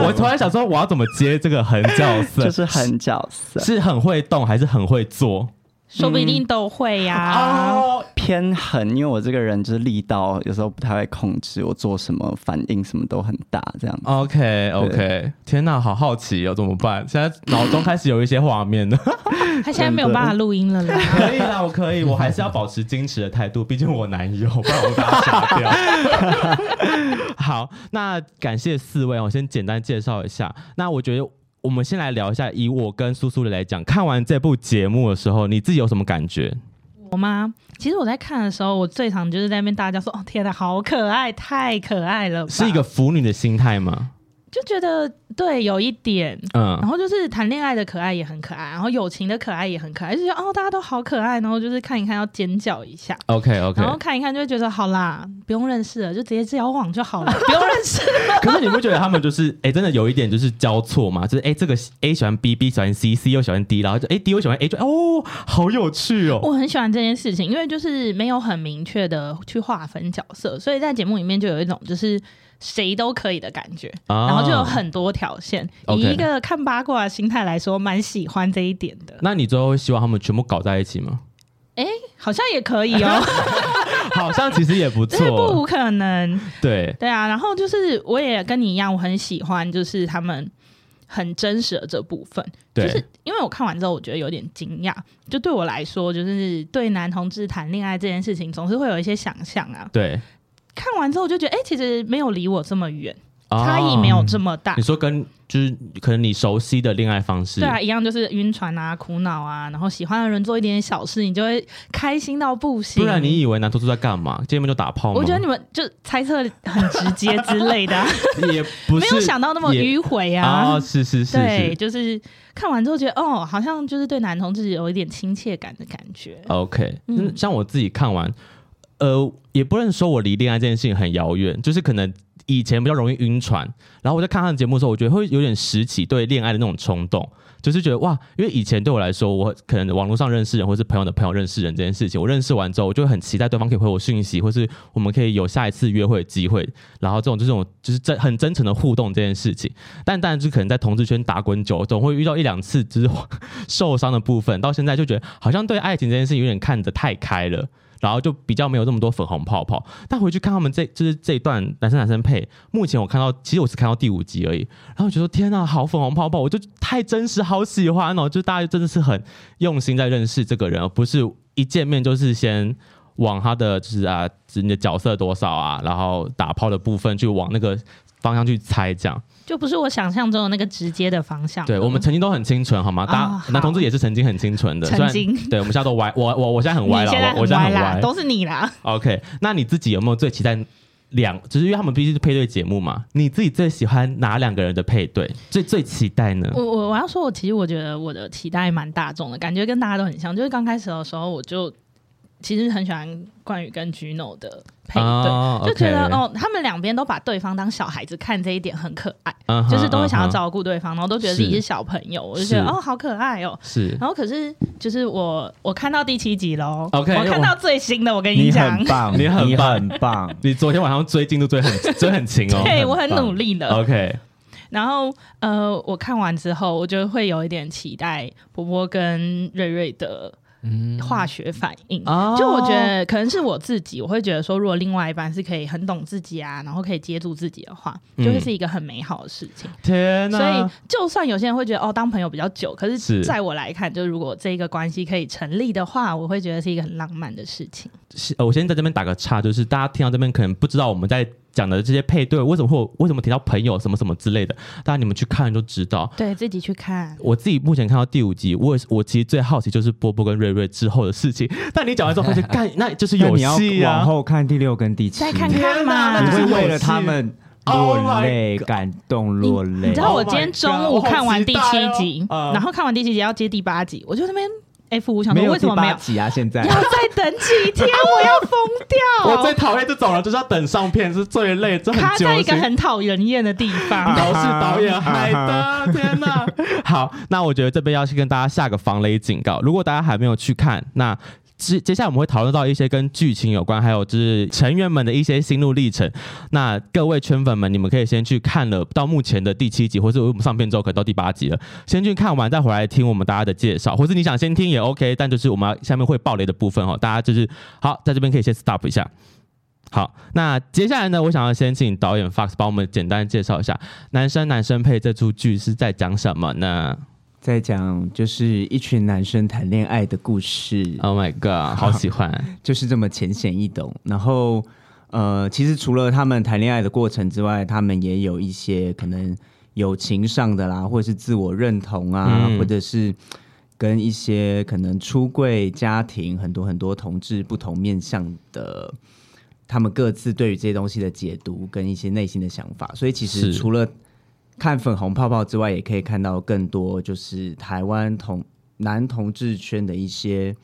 Speaker 1: 我突然想说，我要怎么接这个狠角色？
Speaker 6: 就是很角色，
Speaker 1: 是很会动还是很会做？
Speaker 2: 说不一定都会啊呀、
Speaker 6: 偏狠，因为我这个人就是力道有时候不太会控制，我做什么反应什么都很大这样。
Speaker 1: ，OK OK，天哪，好好奇哦，怎么办？现在脑中开始有一些画面了。
Speaker 2: 他现在没有办法录音了啦。
Speaker 1: 可以啦，我可以，我还是要保持矜持的态度，毕竟我男友，不然我会把他杀掉。 好，那感谢四位，我先简单介绍一下。那我觉得。我们先来聊一下，以我跟苏苏的来讲，看完这部节目的时候，你自己有什么感觉？
Speaker 2: 我吗？其实我在看的时候，我最常就是在那边大叫说：“哦，天哪，好可爱，太可爱了吧！”
Speaker 1: 是一个腐女的心态吗？
Speaker 2: 就觉得对，有一点。然
Speaker 1: 嗯，
Speaker 2: 后就是谈恋爱的可爱也很可爱，然后友情的可爱也很可爱，就觉得哦，大家都好可爱，然后就是看一看要尖叫一下，
Speaker 1: OK OK，
Speaker 2: 然后看一看就会觉得好啦，不用认识了，就直接交往 就好了，不用认识。
Speaker 1: 可是你不觉得他们就是哎、真的有一点就是交错吗？就是哎、这个 A 喜欢 B，B 喜欢 C，C 又喜欢 D，然后就哎、D 又喜欢 A，就哦，好有趣哦。
Speaker 2: 我很喜欢这件事情，因为就是没有很明确的去划分角色，所以在节目里面就有一种就是谁都可以的感觉，
Speaker 1: 啊
Speaker 2: 然后就有很多条线。
Speaker 1: 哦 OK
Speaker 2: 以一个看八卦的心态来说，蛮喜欢这一点的。
Speaker 1: 那你最后会希望他们全部搞在一起吗？
Speaker 2: 哎，好像也可以 哦，
Speaker 1: 好像其实也不
Speaker 2: 这不无
Speaker 1: 错，
Speaker 2: 可能。
Speaker 1: 对，
Speaker 2: 对啊，然后就是我也跟你一样，我很喜欢就是他们很真实的这部分，
Speaker 1: 对
Speaker 2: 就是因为我看完之后，我觉得有点惊讶。就对我来说，就是对男同志谈恋爱这件事情，总是会有一些想象啊。
Speaker 1: 对，
Speaker 2: 看完之后就觉得，哎、其实没有离我这么远。
Speaker 1: 啊
Speaker 2: 差异没有这么大
Speaker 1: 哦你。说跟就是可能你熟悉的恋爱方式，
Speaker 2: 对啊，一样就是晕船啊、苦恼啊，然后喜欢的人做一点点小事，你就会开心到不行。
Speaker 1: 不然你以为男同志在干嘛？见面就打炮吗？
Speaker 2: 我觉得你们就猜测很直接之 类的啊、
Speaker 1: 你也不
Speaker 2: 没
Speaker 1: 是
Speaker 2: 有想到那么
Speaker 1: 也
Speaker 2: 迂回
Speaker 1: 啊、
Speaker 2: 啊。
Speaker 1: 是是是
Speaker 2: 对，
Speaker 1: 是
Speaker 2: 就是看完之后觉得，哦，好像就是对男同志有一点亲切感的感觉。
Speaker 1: ，OK。
Speaker 2: 嗯
Speaker 1: 嗯，像我自己看完，呃，也不能说我离恋爱这件事情很遥远，就是可能以前比较容易晕船，然后我在看他的节目的时候，我觉得会有点拾起对恋爱的那种冲动，就是觉得哇，因为以前对我来说，我可能网络上认识人，或是朋友的朋友认识人这件事情，我认识完之后，我就会很期待对方可以回我讯息，或是我们可以有下一次约会的机会，然后这种这种就是真很真诚的互动这件事情。但当然，就可能在同志圈打滚久，总会遇到一两次就是受伤的部分，到现在就觉得好像对爱情这件事有点看得太开了。然后就比较没有那么多粉红泡泡，但回去看他们这就是这一段男生男生配，目前我看到其实我只看到第五集而已，然后我觉得天呐，好粉红泡泡，我就太真实，好喜欢哦！就大家真的是很用心在认识这个人，而不是一见面就是先往他的就是啊，就是你的角色多少啊，然后打炮的部分去往那个方向去猜，这样。
Speaker 2: 就不是我想象中的那个直接的方向。
Speaker 1: 对我们曾经都很清纯，好吗？大家、
Speaker 2: 哦好
Speaker 1: 男同志也是曾经很清纯的，
Speaker 2: 曾
Speaker 1: 虽然
Speaker 2: 经
Speaker 1: 对我们现在都歪，我我我现在很
Speaker 2: 你
Speaker 1: 歪了，
Speaker 2: 现在
Speaker 1: 我我现在
Speaker 2: 歪
Speaker 1: 很
Speaker 2: 啦
Speaker 1: 歪，。
Speaker 2: 都是你啦。
Speaker 1: OK，那你自己有没有最期待两？就是因为他们毕竟是配对节目嘛，你自己最喜欢哪两个人的配对？最最期待呢？
Speaker 2: 我我我要说，我其实我觉得我的期待蛮大众的，感觉跟大家都很像。就是刚开始的时候，我就其实很喜欢冠宇跟 Gino 的配对，
Speaker 1: 哦
Speaker 2: 就觉得
Speaker 1: OK
Speaker 2: 哦，他们两边都把对方当小孩子看，这一点很可爱，
Speaker 1: 嗯哼
Speaker 2: 就是都会想要
Speaker 1: 嗯哼
Speaker 2: 照顾对方，然后都觉得自己
Speaker 1: 是
Speaker 2: 是小朋友，我就觉得
Speaker 1: 是
Speaker 2: 哦，好可爱哦。
Speaker 1: 是
Speaker 2: 然后可是就是我我看到第七集喽
Speaker 1: OK，
Speaker 2: 我看到最新的，我跟
Speaker 4: 你
Speaker 2: 讲
Speaker 4: 很，棒，
Speaker 1: 你很
Speaker 4: 你
Speaker 1: 棒。
Speaker 4: 很棒
Speaker 1: 你昨天晚上追进度追很追很勤哦。
Speaker 2: 对我很努力了。
Speaker 1: OK，
Speaker 2: 然后呃，我看完之后，我就会有一点期待波波跟瑞瑞的化学反应。
Speaker 1: 哦
Speaker 2: 就我觉得可能是我自己，我会觉得说，如果另外一半是可以很懂自己啊，然后可以接住自己的话，就会是一个很美好嗯的事情。
Speaker 1: 天
Speaker 2: 所
Speaker 1: 哪！
Speaker 2: 以，就算有些人会觉得哦，当朋友比较久，可
Speaker 1: 是
Speaker 2: 是在我来看，就如果这一个关系可以成立的话，我会觉得是一个很浪漫的事情。
Speaker 1: 是呃我先在这边打个岔，就是大家听到这边可能不知道我们在讲的这些配对为什么会有为什么提到朋友什么什么之类的，大家你们去看就知道。
Speaker 2: 对自己去看，
Speaker 1: 我自己目前看到第五集，我也是我其实最好奇就是波波跟瑞瑞之后的事情。但你讲完之后发现，干那就是
Speaker 4: 那
Speaker 1: 有
Speaker 4: 你要
Speaker 1: 戏啊！
Speaker 4: 往后看第六跟第七，
Speaker 2: 再看
Speaker 1: 天
Speaker 2: 看
Speaker 1: 哪
Speaker 2: 嘛。
Speaker 4: 你
Speaker 1: 那
Speaker 4: 会
Speaker 1: 就是
Speaker 4: 为了他们
Speaker 1: Oh
Speaker 4: 落
Speaker 1: my
Speaker 4: 泪、感动落
Speaker 2: 你
Speaker 4: 泪
Speaker 2: 知。道
Speaker 1: Oh
Speaker 2: 我
Speaker 1: my
Speaker 2: 今天中午
Speaker 1: God，
Speaker 2: 看完第七集，
Speaker 1: 我好期待哦嗯
Speaker 2: 然后看完第七集要接第八集，我就那边 F 五想说为什
Speaker 4: 第
Speaker 2: 么没
Speaker 4: 八
Speaker 2: 有？
Speaker 4: 集啊？现在
Speaker 2: 要再等几天，我要疯
Speaker 1: 我
Speaker 2: 掉！
Speaker 1: 最讨厌这种了，就是要等上片是最累，这很
Speaker 2: 卡
Speaker 1: 揪
Speaker 2: 在一个
Speaker 1: 心。
Speaker 2: 很讨人厌的 地
Speaker 1: 都
Speaker 2: 方。
Speaker 1: 是导演害的，天哪！ 好，那我觉得这边要去跟大家下个防雷警告，如果大家还没有去看，那。接接下来我们会讨论到一些跟剧情有关，还有就是成员们的一些心路历程。那各位圈粉们，你们可以先去看了到目前的第七集，或是我们上片之后可能到第八集了，先去看完再回来听我们大家的介绍，或是你想先听也 OK，但就是我们要下面会爆雷的部分哦，大家就是好，在这边可以先 stop 一下。好，那接下来呢，我想要先请导演 Fox 帮我们简单介绍一下男生男生配这出剧是在讲什么呢
Speaker 4: 在讲就是一群男生谈恋爱的故事，
Speaker 1: ？Oh my god，好喜欢！
Speaker 4: 就是这么浅显易懂。然后，呃，其实除了他们谈恋爱的过程之外，他们也有一些可能友情上的啦，或者是自我认同啊，
Speaker 1: 嗯
Speaker 4: 或者是跟一些可能出柜、家庭很多很多同志不同面向的。他们各自对于这些东西的解读跟一些内心的想法，所以其实
Speaker 1: 是
Speaker 4: 除了看粉红泡泡之外，也可以看到更多就是台湾同男同志圈的一些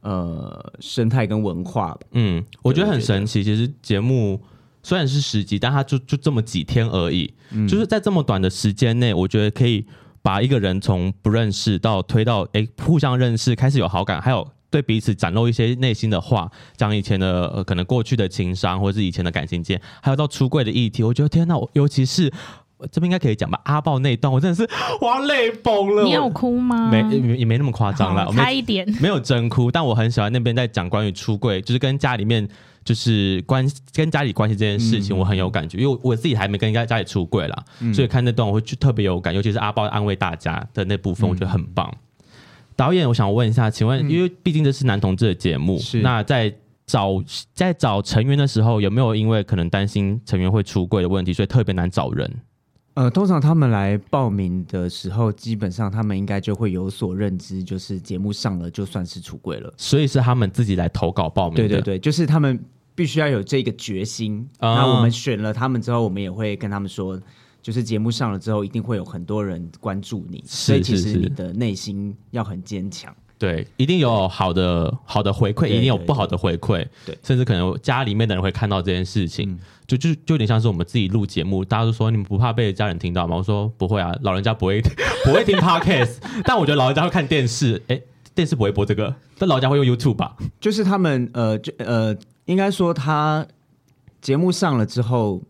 Speaker 4: 呃生态跟文化吧。
Speaker 1: 嗯，我觉得
Speaker 4: 对
Speaker 1: 很
Speaker 4: 我觉得
Speaker 1: 神奇。其实节目虽然是十集，但它就就这么几天而已，就是在这么短的时间内，我觉得可以把一个人从不认识到推到诶互相认识，开始有好感，还有。对彼此展露一些内心的话，讲以前的、呃、可能过去的情伤，或者是以前的感情经验，还有到出柜的议题，我觉得天哪！我尤其是呃这边应该可以讲吧，阿豹那一段，我真的是我要泪崩了。
Speaker 2: 你有
Speaker 1: 我
Speaker 2: 哭吗？
Speaker 1: 没也也没那么夸张啦，
Speaker 2: 好
Speaker 1: 我们
Speaker 2: 差一点。
Speaker 1: 没有真哭，但我很喜欢那边在讲关于出柜，就是跟家里面就是关跟家里关系这件事情，我很有感觉，因为我我自己还没跟人家家里出柜啦，
Speaker 4: 嗯
Speaker 1: 所以看那段我会就特别有感，尤其是阿包安慰大家的那
Speaker 4: 嗯
Speaker 1: 部分，我觉得很棒。导演，我想问一下，请问，因为毕竟这是男同志的节目，
Speaker 4: 是
Speaker 1: 那在。找在找成员的时候，有没有因为可能担心成员会出柜的问题，所以特别难找人？
Speaker 4: 呃，通常他们来报名的时候，基本上他们应该就会有所认知，就是节目上了就算是出柜了。
Speaker 1: 所以是他们自己来投稿报名的。
Speaker 4: 对对对，就是他们必须要有这个决心。
Speaker 1: 啊
Speaker 4: 那我们选了他们之后，我们也会跟他们说，就是节目上了之后，一定会有很多人关注你，
Speaker 1: 是
Speaker 4: 所以其
Speaker 1: 是
Speaker 4: 实
Speaker 1: 是
Speaker 4: 你的内心要很坚强。
Speaker 1: 对，一定有好的好的回馈，
Speaker 4: 对
Speaker 1: 一定有
Speaker 4: 对
Speaker 1: 不好的回馈，
Speaker 4: 对嗯
Speaker 1: 甚至可能家里面的人会看到这件事情，就就就有点像是我们自己录节目，大家都说你们不怕被家人听到吗？我说不会啊，老人家不会 不会听 podcast，但我觉得老人家会看电视，哎、电视不会播这个，但老人家会用 YouTube 吧？
Speaker 4: 就是他们呃，就呃，应该说他节目上了之后，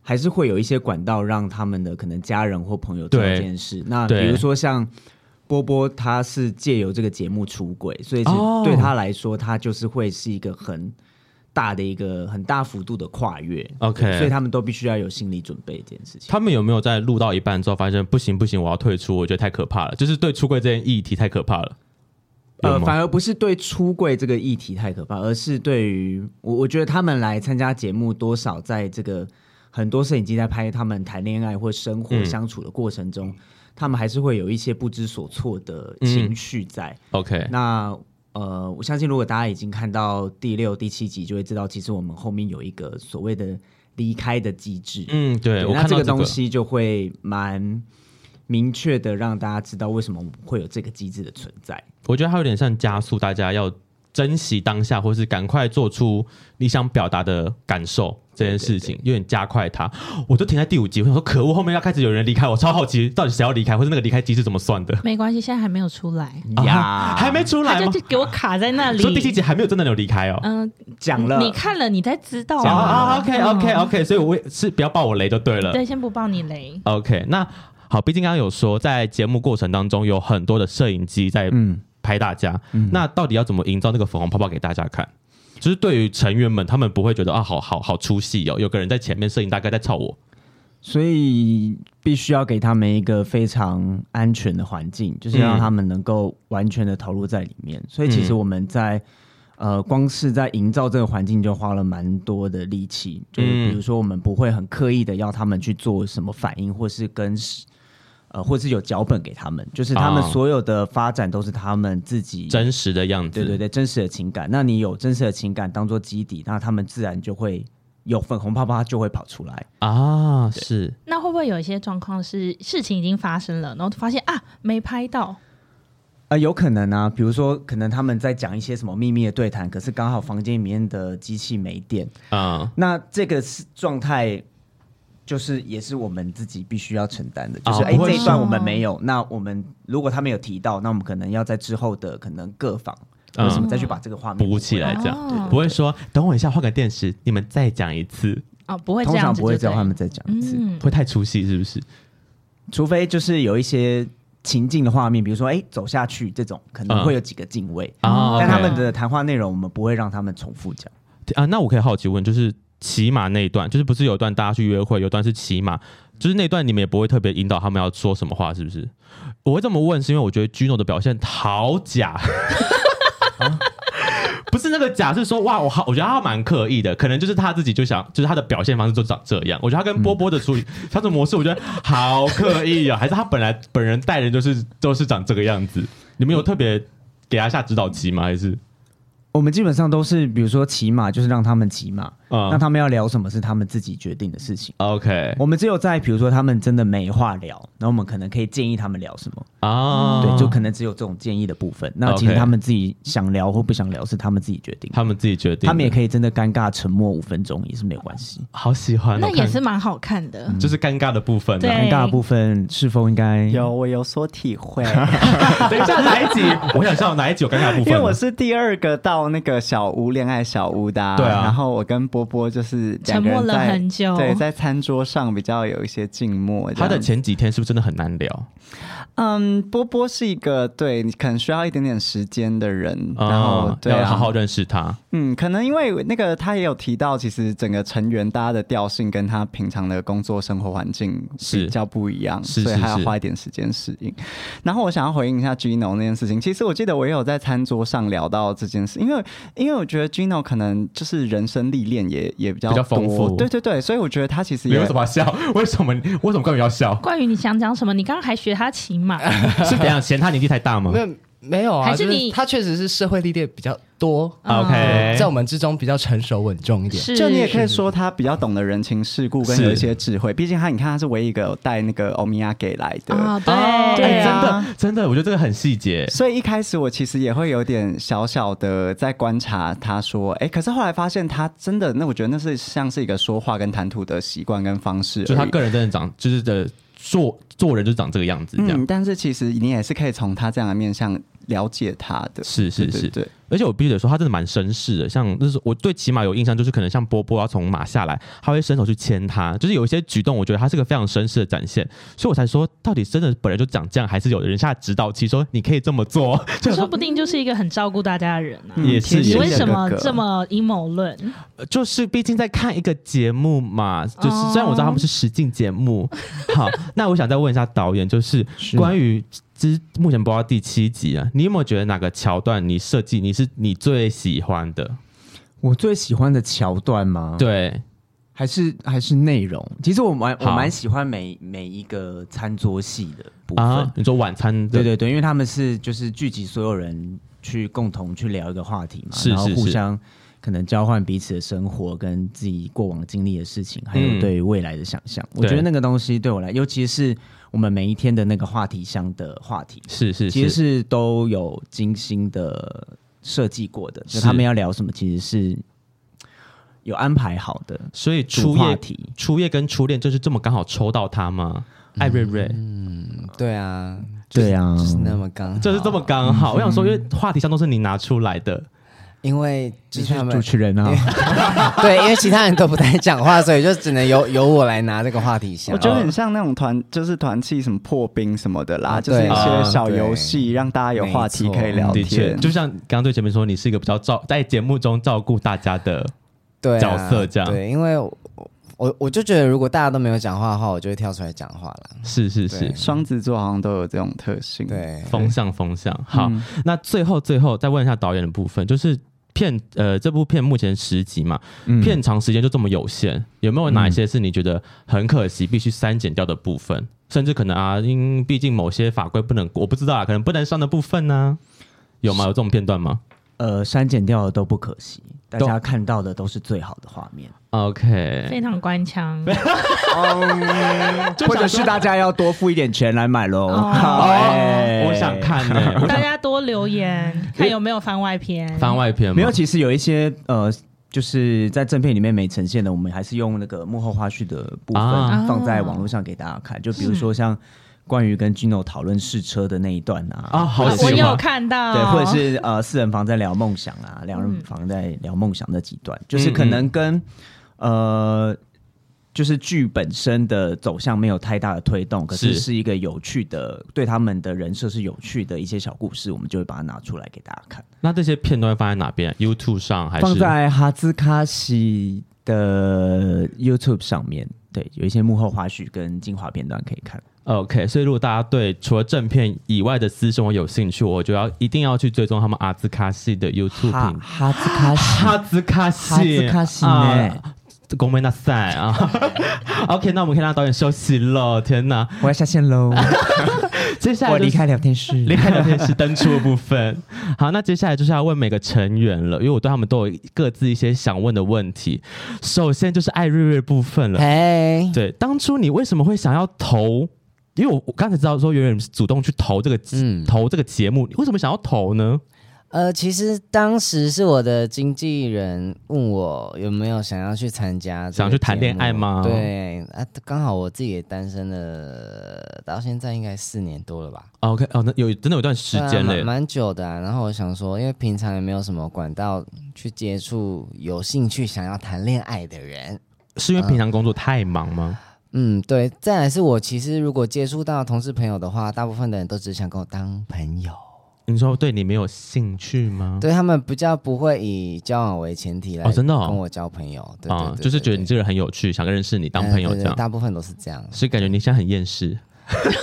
Speaker 4: 还是会有一些管道让他们的可能家人或朋友知道
Speaker 1: 对
Speaker 4: 这件事。那比
Speaker 1: 对
Speaker 4: 如说像波波，他是借由这个节目出轨，所以是
Speaker 1: 哦
Speaker 4: 对他来说，他就是会是一个很大的一个很大幅度的跨越。
Speaker 1: OK
Speaker 4: 对所以他们都必须要有心理准备这件事情。
Speaker 1: 他们有没有在录到一半之后发现不行不行，我要退出，我觉得太可怕了，就是对出柜这件议题太可怕了。有
Speaker 4: 呃，
Speaker 1: 吗
Speaker 4: 反而不是对出柜这个议题太可怕，而是对于我，我觉得他们来参加节目，多少在这个很多摄影机在拍他们谈恋爱或生活
Speaker 1: 嗯
Speaker 4: 相处的过程中，他们还是会有一些不知所措的
Speaker 1: 嗯
Speaker 4: 情绪在。
Speaker 1: OK，
Speaker 4: 那呃，我相信如果大家已经看到第六、第七集，就会知道，其实我们后面有一个所谓的离开的机制。
Speaker 1: 嗯，对我
Speaker 4: 那
Speaker 1: 看
Speaker 4: 这
Speaker 1: 到
Speaker 4: 个东西就会蛮明确的让大家知道为什么我们会有这个机制的存在。
Speaker 1: 我觉得它有点像加速大家要珍惜当下，或是赶快做出你想表达的感受这件事情，有点加快它。我都停在第五集，我想说可恶，后面要开始有人离开，我超好奇到底谁要离开，或是那个离开机制怎么算 的
Speaker 2: 没关系，现在还没有出来，
Speaker 1: 啊
Speaker 4: 呀
Speaker 1: 还没出
Speaker 2: 他
Speaker 1: 来吗
Speaker 2: 就？给我卡在那
Speaker 1: 所以第
Speaker 2: 里
Speaker 1: 七。集还没有真的有离开哦。
Speaker 2: 嗯，
Speaker 4: 讲了，
Speaker 2: 你看了，你才知道
Speaker 1: 哦啊
Speaker 2: 啊。
Speaker 1: ，OK 嗯 OK OK，所以我也是不要爆我雷就对了。
Speaker 2: 对，先不爆你雷。
Speaker 1: OK，那好，毕竟刚刚有说，在节目过程当中有很多的摄影机在拍大家，那到底要怎么营造那个粉红泡泡给大家看？就是对于成员们，他们不会觉得啊，好好好出戏哦，有个人在前面，摄影大概在操我。
Speaker 4: 所以必须要给他们一个非常安全的环境，就是让他们能够完全的投入在里
Speaker 2: 嗯
Speaker 4: 面。所以其实我们在呃，光是在营造这个环境就花了蛮多的力气。就是
Speaker 2: 嗯
Speaker 4: 比如说，我们不会很刻意的要他们去做什么反应，或是跟呃，或是有脚本给他们，就是他们
Speaker 1: 哦
Speaker 4: 所有的发展都是他们自己
Speaker 1: 真实的样子，
Speaker 4: 对对对，真实的情感。那你有真实的情感当做基底，那他们自然就会有粉红泡泡，它就会跑出来。
Speaker 1: 啊，是
Speaker 2: 那会不会有一些状况是事情已经发生了，然后发现啊没拍到？
Speaker 4: 啊，有可能啊，比如说，可能他们在讲一些什么秘密的对谈，可是刚好房间里面的机器没电，
Speaker 1: 啊、
Speaker 4: 那这个是状态，就是也是我们自己必须要承担的，就
Speaker 1: 哦
Speaker 4: 是哎、
Speaker 1: 不会
Speaker 4: 这一段
Speaker 2: 是
Speaker 4: 我们没有，那我们如果他们有提到，那我们可能要在之后的可能各房
Speaker 1: 嗯
Speaker 4: 为什么再去把这个画面
Speaker 1: 补起来这样，
Speaker 2: 哦
Speaker 1: 不会说等我一下换个电视，你们再讲一次，
Speaker 2: 哦，不会这
Speaker 4: 通
Speaker 2: 样
Speaker 4: 常
Speaker 2: 子，
Speaker 4: 不会
Speaker 2: 对
Speaker 4: 叫
Speaker 2: 了
Speaker 4: 他们再讲一次，
Speaker 2: 嗯，
Speaker 1: 会太出戏是不是？
Speaker 4: 除非就是有一些情境的画面，比如说哎、走下去这种，可能
Speaker 1: 嗯
Speaker 4: 会有几个敬畏，
Speaker 1: 啊、
Speaker 4: 哦但
Speaker 1: OK
Speaker 4: 他们的谈话内容我们不会让他们重复讲。
Speaker 1: 啊，那我可以好奇问，就是骑马那一段，就是不是有一段大家去约会，有一段是骑马，就是那段你们也不会特别引导他们要说什么话，是不是？我会这么问，是因为我觉得 Gino 的表现好假。 不是那个假，是说哇，我好，我觉得他蛮刻意的，可能就是他自己就想，就是他的表现方式就长这样。我觉得他跟波波的处理相处模式，我觉得好刻意啊、还是他本来本人待人就是都是长这个样子。你们有特别给他下指导棋吗？还是
Speaker 4: 我们基本上都是，比如说骑马，就是让他们骑马，
Speaker 1: 嗯
Speaker 4: 那他们要聊什么是他们自己决定的事情。
Speaker 1: OK
Speaker 4: 我们只有在比如说他们真的没话聊，那我们可能可以建议他们聊什么，
Speaker 1: 啊？
Speaker 4: 对，就可能只有这种建议的部分。那其实
Speaker 1: OK
Speaker 4: 他们自己想聊或不想聊是他们自己决定，
Speaker 1: 他们自己决定的，
Speaker 4: 他们也可以真的尴尬沉默五分钟也是没有关系。
Speaker 1: 好喜欢哦、
Speaker 2: 那也
Speaker 1: 看
Speaker 2: 是蛮好看的。
Speaker 1: 就是尴尬的部分、
Speaker 2: 对
Speaker 1: 啊。
Speaker 4: 尴尬的部分是否应该
Speaker 6: 有我有所体 会，
Speaker 1: 等一下哪一集？我想知道哪一集有尴尬的部
Speaker 6: 因
Speaker 1: 分啊呢。
Speaker 6: 为我是第二个到那个小屋恋爱小屋的、
Speaker 1: 对啊
Speaker 6: 然后我跟波波就是两
Speaker 2: 沉
Speaker 6: 个
Speaker 2: 默
Speaker 6: 人
Speaker 2: 了
Speaker 6: 在
Speaker 2: 很久
Speaker 6: 对，在餐桌上比较有一些静默这样子。
Speaker 1: 他的前几天是不是真的很难聊？
Speaker 6: 嗯，波波是一个对你可能需要一点点时间的人，
Speaker 1: 啊
Speaker 6: 然后对、啊、
Speaker 1: 要好好认识他。
Speaker 6: 嗯，可能因为那个他也有提到，其实整个成员大家的调性跟他平常的工作生活环境
Speaker 1: 是
Speaker 6: 比较不一样，
Speaker 1: 是
Speaker 6: 所以
Speaker 1: 是
Speaker 6: 他要
Speaker 1: 是
Speaker 6: 花一点时间适应。然后我想要回应一下 Gino 那件事情，其实我记得我也有在餐桌上聊到这件事，因为为因为我觉得 Gino 可能就是人生历练也也比较
Speaker 1: 比较丰
Speaker 6: 多
Speaker 1: 富
Speaker 6: 对对对，所以我觉得他其实
Speaker 1: 你
Speaker 6: 也
Speaker 1: 为什么要笑？ 为什么你为什么关羽要笑？
Speaker 2: 关于你想讲什么？你刚刚还学他骑马，
Speaker 1: 是怎样嫌他年纪太大吗
Speaker 7: 没有没有啊，
Speaker 2: 还是
Speaker 7: 就
Speaker 2: 你
Speaker 7: 他确实是社会历练比较多，
Speaker 1: 啊
Speaker 6: 啊
Speaker 1: ？OK，
Speaker 7: 呃在我们之中比较成熟稳重一点。
Speaker 2: 是
Speaker 6: 就你也可以说他比较懂得人情世故跟
Speaker 1: 是
Speaker 6: 有一些智慧，毕竟他你看他是唯一一个有带那个欧米亚给来的。
Speaker 2: 啊，
Speaker 1: 哦
Speaker 2: 对
Speaker 6: 对
Speaker 1: 哎真
Speaker 6: 啊
Speaker 1: 的 真的，我觉得这个很细节。
Speaker 6: 所以一开始我其实也会有点小小的在观察他说，哎、可是后来发现他真的，那我觉得那是像是一个说话跟谈吐的习惯跟方式而已，
Speaker 1: 就他个人真的长，就是的做做人就长这个样子，这样、
Speaker 6: 嗯，但是其实你也是可以从他这样的面向了解他的，
Speaker 1: 是是是。
Speaker 6: 对对对
Speaker 1: 而且我必须得说，他真的蛮绅士的。像就是我对骑马有印象，就是可能像波波要从马下来，他会伸手去牵他，就是有一些举动，我觉得他是个非常绅士的展现。所以我才说，到底真的本人就长这样，还是有人下指导期说你可以这么 做？
Speaker 2: 哎说不定就是一个很照顾大家的人啊。
Speaker 6: 嗯
Speaker 1: 也是
Speaker 6: 贴
Speaker 2: 你
Speaker 6: 心
Speaker 2: 为
Speaker 6: 的
Speaker 2: 什么
Speaker 6: 哥哥
Speaker 2: 这么阴谋论？
Speaker 1: 就是毕竟在看一个节目嘛，就是
Speaker 2: 哦
Speaker 1: 虽然我知道他们是实境节目， 好，那我想再问一下导演，就是
Speaker 4: 是
Speaker 1: 关于之目前播到第七集啊，你有没有觉得哪个桥段你设计你是你最喜欢的？
Speaker 4: 我最喜欢的桥段吗？，
Speaker 1: 对，
Speaker 4: 还是还是内容。其实我蛮我
Speaker 1: 好
Speaker 4: 蛮喜欢每每一个餐桌戏的部分。
Speaker 1: 啊，你说晚餐的
Speaker 4: 对对对，因为他们是就是聚集所有人去共同去聊一个话题嘛，
Speaker 1: 是
Speaker 4: 然后
Speaker 1: 是
Speaker 4: 互
Speaker 1: 是
Speaker 4: 相可能交换彼此的生活跟自己过往经历的事情，还
Speaker 1: 嗯
Speaker 4: 有对未来的想象。我觉
Speaker 1: 对
Speaker 4: 得那个东西对我来，尤其是我们每一天的那个话题箱的话题，
Speaker 1: 是是
Speaker 4: 其实
Speaker 1: 是
Speaker 4: 是都有精心的设计过的，就是他们要聊什么其实是有安排好的
Speaker 1: 所以
Speaker 4: 主
Speaker 1: 初
Speaker 4: 话
Speaker 1: 夜
Speaker 4: 题。
Speaker 1: 初夜跟初恋就是这么刚好抽到他吗？艾瑞瑞。
Speaker 5: 对啊，
Speaker 4: 对啊，
Speaker 5: 就是那么刚好，
Speaker 1: 就是这么刚好，我想说，因为话题上都是你拿出来的，
Speaker 5: 因为就
Speaker 4: 你
Speaker 5: 是
Speaker 4: 是
Speaker 5: 他
Speaker 4: 主
Speaker 5: 们
Speaker 4: 持人啊，
Speaker 5: 对，因为其他人都不太讲话，所以就只能由由我来拿这个话题想。
Speaker 6: 我觉得很像那种团，就是团契什么破
Speaker 1: 啊
Speaker 6: 冰什么的啦，就是一些小游戏，让大家有话题可以聊
Speaker 1: 的确，
Speaker 6: 天。
Speaker 1: 就像刚刚对前面说，你是一个比较照在节目中照顾大家的
Speaker 5: 对啊
Speaker 1: 角色这样
Speaker 5: 对，因为我我我就觉得如果大家都没有讲话的话，我就会跳出来讲话了。
Speaker 1: 是是是
Speaker 5: 对，
Speaker 6: 双子座好像都有这种特性。，
Speaker 5: 对，
Speaker 1: 风向风向。好，
Speaker 4: 嗯
Speaker 1: 那最后最后再问一下导演的部分，就是片呃这部片目前十集嘛，
Speaker 4: 嗯
Speaker 1: 片长时间就这么有限，有没有哪一些是你觉得很可惜必须删减掉的部分？甚至可能啊，因毕竟某些法规不能，我不知道啊，可能不能上的部分呢、有吗？有这种片段吗
Speaker 4: 呃，删减掉的都不可惜，大
Speaker 1: 都
Speaker 4: 家看到的都是最好的画面。
Speaker 1: ？OK，
Speaker 2: 非常官腔。
Speaker 4: 或者是大家要多付一点钱来买喽。
Speaker 2: 哦
Speaker 4: 好哎
Speaker 1: 我想看呢、 我
Speaker 2: 大
Speaker 1: 想
Speaker 2: 家多留言，看有没有番外篇。
Speaker 1: 番外篇吗
Speaker 4: 没有，其实有一些呃，就是在正片里面没呈现的，我们还是用那个幕后花絮的部分
Speaker 1: 啊嗯
Speaker 4: 放在网络上给大家看。就比如说像关于跟 Gino 讨论试车的那一段啊，
Speaker 1: 啊，好
Speaker 2: 我
Speaker 1: 喜
Speaker 2: 我
Speaker 1: 欢。
Speaker 2: 有看到，
Speaker 4: 对，或者是呃四人房在聊梦想啊，两人房在聊梦想那几段，就是
Speaker 7: 嗯
Speaker 4: 可能跟呃。就是剧本身的走向没有太大的推动，可是
Speaker 1: 是
Speaker 4: 是一个有趣的，对他们的人设是有趣的一些小故事，我们就会把它拿出来给大家看。
Speaker 1: 那这些片段放在哪边？YouTube 上还是
Speaker 4: 放在哈兹卡西的 YouTube 上面，对，有一些幕后花絮跟精华片段可以看。
Speaker 1: OK，所以如果大家对除了正片以外的私生活有兴趣，我就要一定要去追踪他们阿兹卡西的 YouTube
Speaker 4: 哈
Speaker 1: 频道。
Speaker 4: 哈兹卡西，
Speaker 1: 哈兹卡西，
Speaker 4: 哈兹卡西呢？
Speaker 1: 啊，公妹那赛啊。OK，那我们可以让导演休息了。天哪，
Speaker 4: 我要下线喽，
Speaker 1: 接下来
Speaker 4: 我
Speaker 1: 就是
Speaker 4: 离开聊天室。
Speaker 1: 离开聊天室登出的部分。 好，那接下来就是要问每个成员了，因为我对他们都有各自一些想问的问题。首先就是艾瑞瑞部分
Speaker 4: 哎
Speaker 1: 了。
Speaker 5: 嘿，
Speaker 1: 对，当初你为什么会想要投？因为我我刚才知道说，远远是主动去投这个、
Speaker 5: 嗯
Speaker 1: 投这个节目，你为什么想要投呢？
Speaker 5: 呃，其实当时是我的经纪人问我有没有想要去参加这个节目，
Speaker 1: 想去谈恋爱吗
Speaker 5: 对啊，刚好我自己也单身了，到现在应该四年多了吧。
Speaker 1: 哦 OK，哦，那有真的有一段时间
Speaker 5: 对啊
Speaker 1: 嘞
Speaker 5: 蛮，蛮久的啊、然后我想说，因为平常也没有什么管道去接触有兴趣想要谈恋爱的人。
Speaker 1: 是因为平常工作太忙吗？
Speaker 5: 嗯，对。再来是我其实如果接触到同事朋友的话，大部分的人都只想跟我当朋友，
Speaker 1: 你说对你没有兴趣吗？
Speaker 5: 对他们比较不会以交往为前提来
Speaker 1: 哦真的哦
Speaker 5: 跟我交朋友，对对对
Speaker 1: 啊，就是觉得你
Speaker 5: 对
Speaker 1: 这个人很有趣，想认识你当朋友
Speaker 5: 嗯
Speaker 1: 这
Speaker 5: 对对
Speaker 1: 样，
Speaker 5: 大部分都是这样。
Speaker 1: 所以感觉你现在很厌世。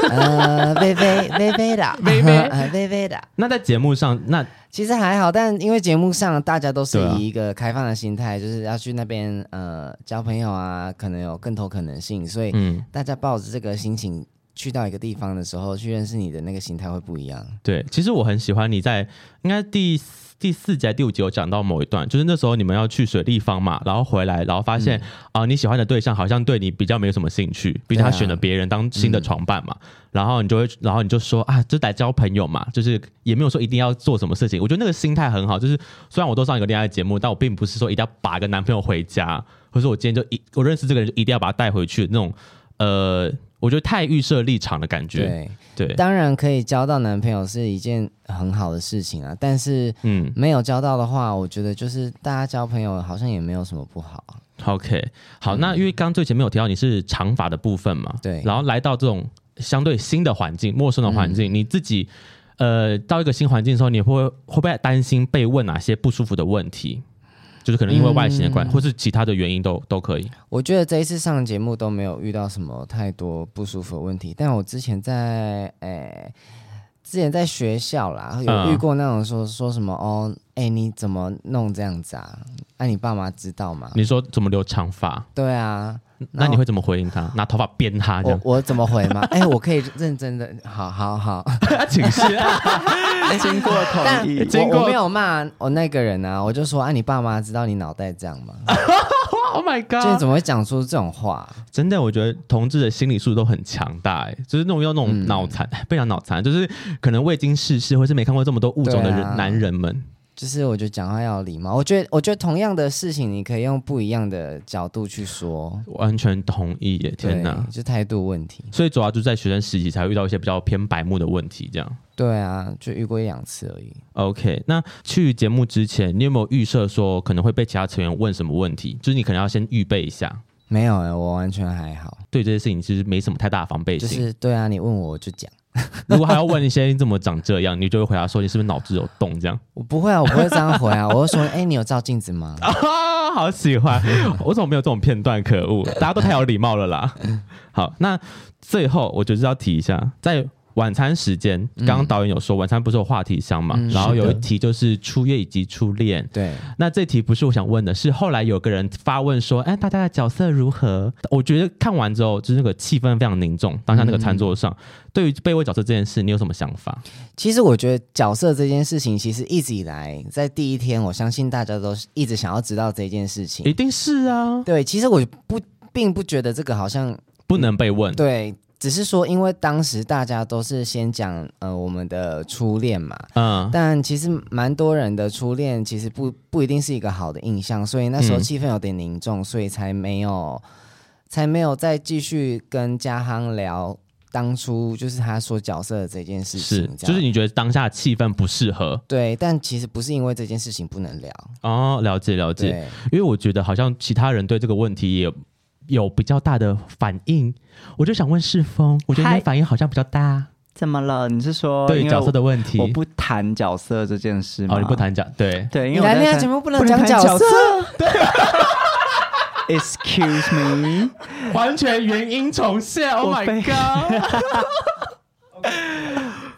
Speaker 5: 呃，微微微微的， 微微呃，微微的。
Speaker 1: 那在节目上，那
Speaker 5: 其实还好，但因为节目上大家都是
Speaker 1: 对啊
Speaker 5: 以一个开放的心态，就是要去那边呃交朋友啊，可能有更多可能性，所以
Speaker 1: 嗯，
Speaker 5: 大家抱着这个心情去到一个地方的时候，去认识你的那个心态会不一样。
Speaker 1: 对，其实我很喜欢你在应该第四第四集、第五集有讲到某一段，就是那时候你们要去水立方嘛，然后回来，然后发现啊、你喜欢的对象好像对你比较没有什么兴趣，毕竟他选了别人当新的床伴嘛，然后你就会，然后你就说啊，就来交朋友嘛，就是也没有说一定要做什么事情。我觉得那个心态很好，就是虽然我都上一个恋爱节目，但我并不是说一定要把一个男朋友回家，或者说我今天就一我认识这个人就一定要把他带回去那种，呃，我觉得太预设立场的感觉，
Speaker 5: 对，
Speaker 1: 对，
Speaker 5: 当然可以交到男朋友是一件很好的事情啊，但是
Speaker 1: 嗯。
Speaker 5: 没有交到的话，我觉得就是大家交朋友好像也没有什么不好。啊
Speaker 1: OK，好，那因为刚最前面有提到你是长发的部分嘛，
Speaker 5: 对
Speaker 1: 然后来到这种相对新的环境、陌生的环境，你自己呃到一个新环境的时候，你会会不会担心被问哪些不舒服的问题？就是可能因为外形的关，或是其他的原因都都可以。
Speaker 5: 我觉得这一次上节目都没有遇到什么太多不舒服的问题，但我之前在诶、之前在学校啦，
Speaker 1: 嗯
Speaker 5: 有遇过那种说、说什么哦，哎、你怎么弄这样子啊？哎、你爸妈知道吗？
Speaker 1: 你说怎么留长发？
Speaker 5: 对啊，
Speaker 1: 那
Speaker 5: 然
Speaker 1: 你
Speaker 5: 后
Speaker 1: 会怎么回应他？拿头发编他这
Speaker 5: 我
Speaker 1: 样？
Speaker 5: 我怎么回吗？哎、我可以认真的，好好好，
Speaker 1: 请示啊。
Speaker 6: 经过
Speaker 5: 但
Speaker 6: 同 意，
Speaker 5: 我我没有骂我那个人啊，我就说啊，你爸妈知道你脑袋这样吗？
Speaker 1: Oh my
Speaker 5: 就你
Speaker 1: god！
Speaker 5: 怎么会讲出这种话？
Speaker 1: 真的，我觉得同志的心理素质都很强大、欸，就是那种要那种
Speaker 5: 嗯
Speaker 1: 脑残，哎不讲脑残，就是可能未经世事或是没看过这么多物种的
Speaker 5: 对啊
Speaker 1: 人、男人们。
Speaker 5: 就是我觉得讲话要有礼貌。我觉得，我觉得同样的事情，你可以用不一样的角度去说。
Speaker 1: 完全同意耶！天哪
Speaker 5: 对，！就态度问题。
Speaker 1: 所以主要就是在学生时期才会遇到一些比较偏白目的问题，这样。
Speaker 5: 对啊，就遇过一两次而已。
Speaker 1: OK，那去节目之前，你有没有预设说可能会被其他成员问什么问题？就是你可能要先预备一下，
Speaker 5: 没有哎、我完全还好。
Speaker 1: 对这些事情其实没什么太大的防备
Speaker 5: 就
Speaker 1: 心。
Speaker 5: 是对啊，你问我我就讲，
Speaker 1: 如果还要问一些你怎么长这样，你就会回答说你是不是脑子有洞这样。
Speaker 5: 我不会啊，我不会这样回啊。我会说，哎、你有照镜子吗？
Speaker 1: 啊， 好喜 欢！我怎么没有这种片段？可恶，大家都太有礼貌了啦。
Speaker 5: 嗯
Speaker 1: 好，那最后我就是要提一下，在晚餐时间，
Speaker 5: 嗯
Speaker 1: 刚刚导演有说晚餐不是有话题箱嘛，然后有一题就是初夜以及初恋。
Speaker 5: 对，
Speaker 1: 那这题不是我想问的，是后来有个人发问说：“哎，大家的角色如何？”我觉得看完之后，就是那个气氛非常凝重。当下那个餐桌上，
Speaker 5: 嗯
Speaker 1: 对于被位角色这件事，你有什么想法？
Speaker 5: 其实我觉得角色这件事情，其实一直以来，在第一天，我相信大家都是一直想要知道这件事
Speaker 1: 一
Speaker 5: 情。
Speaker 1: 定是啊，
Speaker 5: 对，其实我不并不觉得这个好像
Speaker 1: 不能被问。
Speaker 5: 对，只是说因为当时大家都是先讲呃我们的初恋嘛，
Speaker 1: 嗯，
Speaker 5: 但其实蛮多人的初恋其实不不一定是一个好的印象，所以那时候
Speaker 1: 嗯
Speaker 5: 气氛有点凝重，所以才没有才没有再继续跟嘉亨聊当初就是他说角色的这件事情
Speaker 1: 是，，
Speaker 5: 这
Speaker 1: 就是
Speaker 5: 样
Speaker 1: 你觉得当下气氛不适合，
Speaker 5: 对，但其实不是因为这件事情不能聊，
Speaker 1: 哦，了解了解，因
Speaker 5: 对，
Speaker 1: 为我觉得好像其他人对这个问题也有有比较大的反应，我就想问世峰，我觉得你
Speaker 2: 嗨
Speaker 1: 的反应好像比较大，
Speaker 6: 怎么了？你是说
Speaker 1: 对
Speaker 6: 哦因为
Speaker 1: 角色的问题
Speaker 6: 我，不谈角色这件事吗？
Speaker 1: 哦，你不谈讲，对，
Speaker 6: 对，因
Speaker 5: 你
Speaker 6: 为我
Speaker 5: 来
Speaker 6: 在
Speaker 5: 恋爱
Speaker 6: 看
Speaker 5: 节目不能
Speaker 6: 不能
Speaker 5: 讲
Speaker 6: 谈
Speaker 5: 角
Speaker 6: 角
Speaker 5: 色，
Speaker 6: Excuse me，
Speaker 1: 完全原因重现，Oh
Speaker 6: 我
Speaker 1: my
Speaker 6: 被
Speaker 1: god，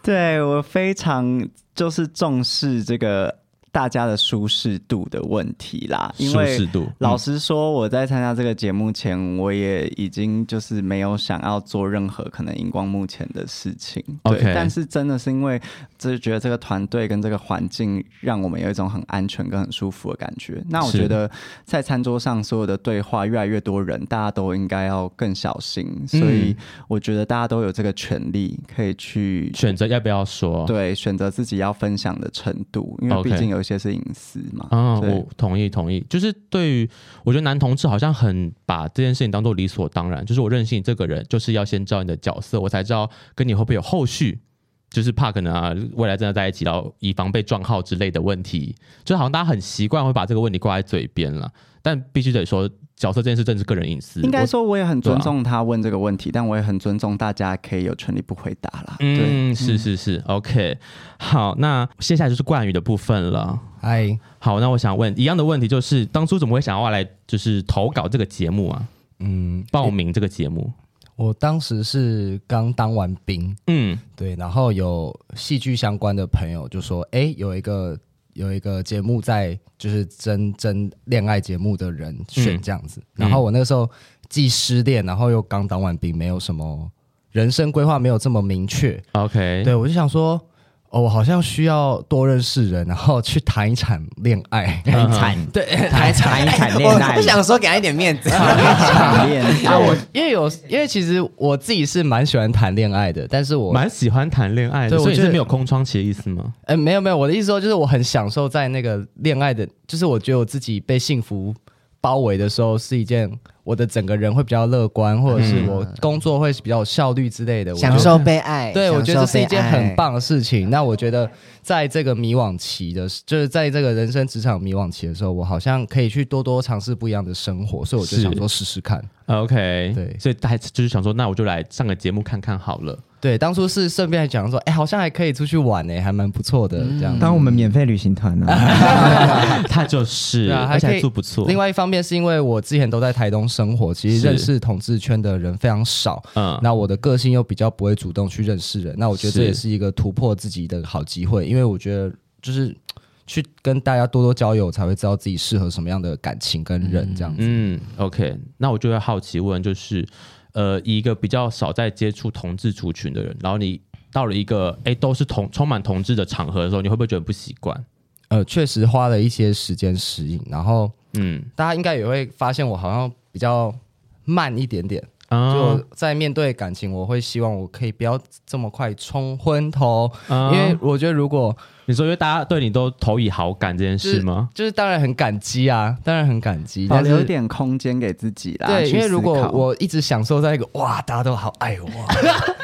Speaker 6: 对我非常就是重视这个大家的舒适度的问题啦，因
Speaker 1: 舒适
Speaker 6: 为。
Speaker 1: 度，嗯
Speaker 6: 老实说，我在参加这个节目前，我也已经就是没有想要做任何可能荧光幕前的事情。对
Speaker 1: OK
Speaker 6: 但是真的是因为就是觉得这个团队跟这个环境让我们有一种很安全跟很舒服的感觉。那我
Speaker 1: 是
Speaker 6: 觉得在餐桌上所有的对话，越来越多人，大家都应该要更小心。所以
Speaker 1: 嗯
Speaker 6: 我觉得大家都有这个权利可以去
Speaker 1: 嗯选择要不要说，，
Speaker 6: 对，选择自己要分享的程度，因为
Speaker 1: OK
Speaker 6: 毕竟有一些是隐私嘛。
Speaker 1: 嗯，
Speaker 6: 对
Speaker 1: 我同意同意，就是对于我觉得男同志好像很把这件事情当做理所当然，就是我认识你这个人，就是要先知道你的角色，我才知道跟你会不会有后续，就是怕可能啊未来真的在一起，然后以防被撞号之类的问题，就是好像大家很习惯会把这个问题挂在嘴边了，但必须得说角色这件事真的是个人隐私，
Speaker 6: 应该
Speaker 1: 我
Speaker 6: 说我也很尊
Speaker 1: 对啊
Speaker 6: 重他问这个问题，但我也很尊重大家可以有权利不回答啦。对，
Speaker 1: 嗯，是是是，OK，好，那接下来就是冠宇的部分了。
Speaker 7: 哎，
Speaker 1: 好，那我想问一样的问题，就是当初怎么会想要来就是投稿这个节目啊？
Speaker 7: 嗯，
Speaker 1: 报名这个节目？
Speaker 7: 我当时是刚当完兵，
Speaker 1: 嗯，
Speaker 7: 对，然后有戏剧相关的朋友就说，哎、有一个有一个节目在，就是真真恋爱节目的人选这样子。然后我那个时候既失恋，然后又刚当完兵，没有什么人生规划，没有这么明确。
Speaker 1: ，OK，
Speaker 7: 对我就想说，哦，我好像需要多认识人，然后去谈一场恋爱。
Speaker 1: 嗯哼
Speaker 4: 惨，
Speaker 7: 对，
Speaker 4: 谈一场惨恋爱
Speaker 5: 我我，想说给他一点面子，
Speaker 6: 暗恋
Speaker 7: 啊，我 因为有，因为其实我自己是蛮喜欢谈恋爱的，但是我
Speaker 1: 蛮喜欢谈恋爱的，
Speaker 7: 对我
Speaker 1: 所以你
Speaker 7: 觉
Speaker 1: 是
Speaker 7: 得
Speaker 1: 没有空窗期的意思吗？
Speaker 7: 呃，没有没有，我的意思说就是我很享受在那个恋爱的，就是我觉得我自己被幸福包围的时候，是一件我的整个人会比较乐观，或者是我工作会比较有效率之类的。我觉得
Speaker 5: 享受被爱。
Speaker 7: 对，我觉得这
Speaker 5: 哎享受
Speaker 7: 是一
Speaker 5: 被
Speaker 7: 件
Speaker 5: 爱
Speaker 7: 很。棒的事情。那我觉得，在这个迷惘期的，就是在这个人生职场迷惘期的时候，我好像可以去多多尝试不一样的生活，所以我就是想说试试看。
Speaker 1: 呃 OK，
Speaker 7: 对
Speaker 1: 所以大家就是想说，那我就来上个节目看看好了。
Speaker 7: 对，当初是顺便还讲说，哎、好像还可以出去玩呢、还蛮不错的
Speaker 5: 嗯
Speaker 7: 这样子。
Speaker 4: 当我们免费旅行团呢、 啊
Speaker 1: 他就是，
Speaker 7: 对啊还
Speaker 1: 而且
Speaker 7: 可
Speaker 1: 还
Speaker 7: 以
Speaker 1: 做不错。
Speaker 7: 另，外一方面是因为我之前都在台东生活，其实
Speaker 1: 是
Speaker 7: 认识同志圈的人非常少。
Speaker 1: 嗯，
Speaker 7: 那我的个性又比较不会主动去认识人，那我觉得
Speaker 1: 是
Speaker 7: 这也是一个突破自己的好机会，因为我觉得就是去跟大家多多交友，才会知道自己适合什么样的感情跟人这样子。
Speaker 1: 嗯，OK，那我就会好奇问，就是呃，以一个比较少在接触同志族群的人，然后你到了一个哎、都是同充满同志的场合的时候，你会不会觉得不习惯？
Speaker 7: 呃，确实花了一些时间适应，然后
Speaker 1: 嗯，
Speaker 7: 大家应该也会发现我好像比较慢一点点，
Speaker 1: 啊
Speaker 7: 就在面对感情，我会希望我可以不要这么快冲昏头，
Speaker 1: 啊
Speaker 7: 因为我觉得如果
Speaker 1: 你说，因为大家对你都投以好感这件事吗？
Speaker 7: 就是当然很感激啊，当然很感激，
Speaker 6: 保
Speaker 7: 但
Speaker 6: 留
Speaker 7: 是
Speaker 6: 一点空间给自己啦。
Speaker 7: 对，
Speaker 6: 去
Speaker 7: 因为如
Speaker 6: 思
Speaker 7: 果
Speaker 6: 考
Speaker 7: 我一直享受在一个哇，大家都好爱 我，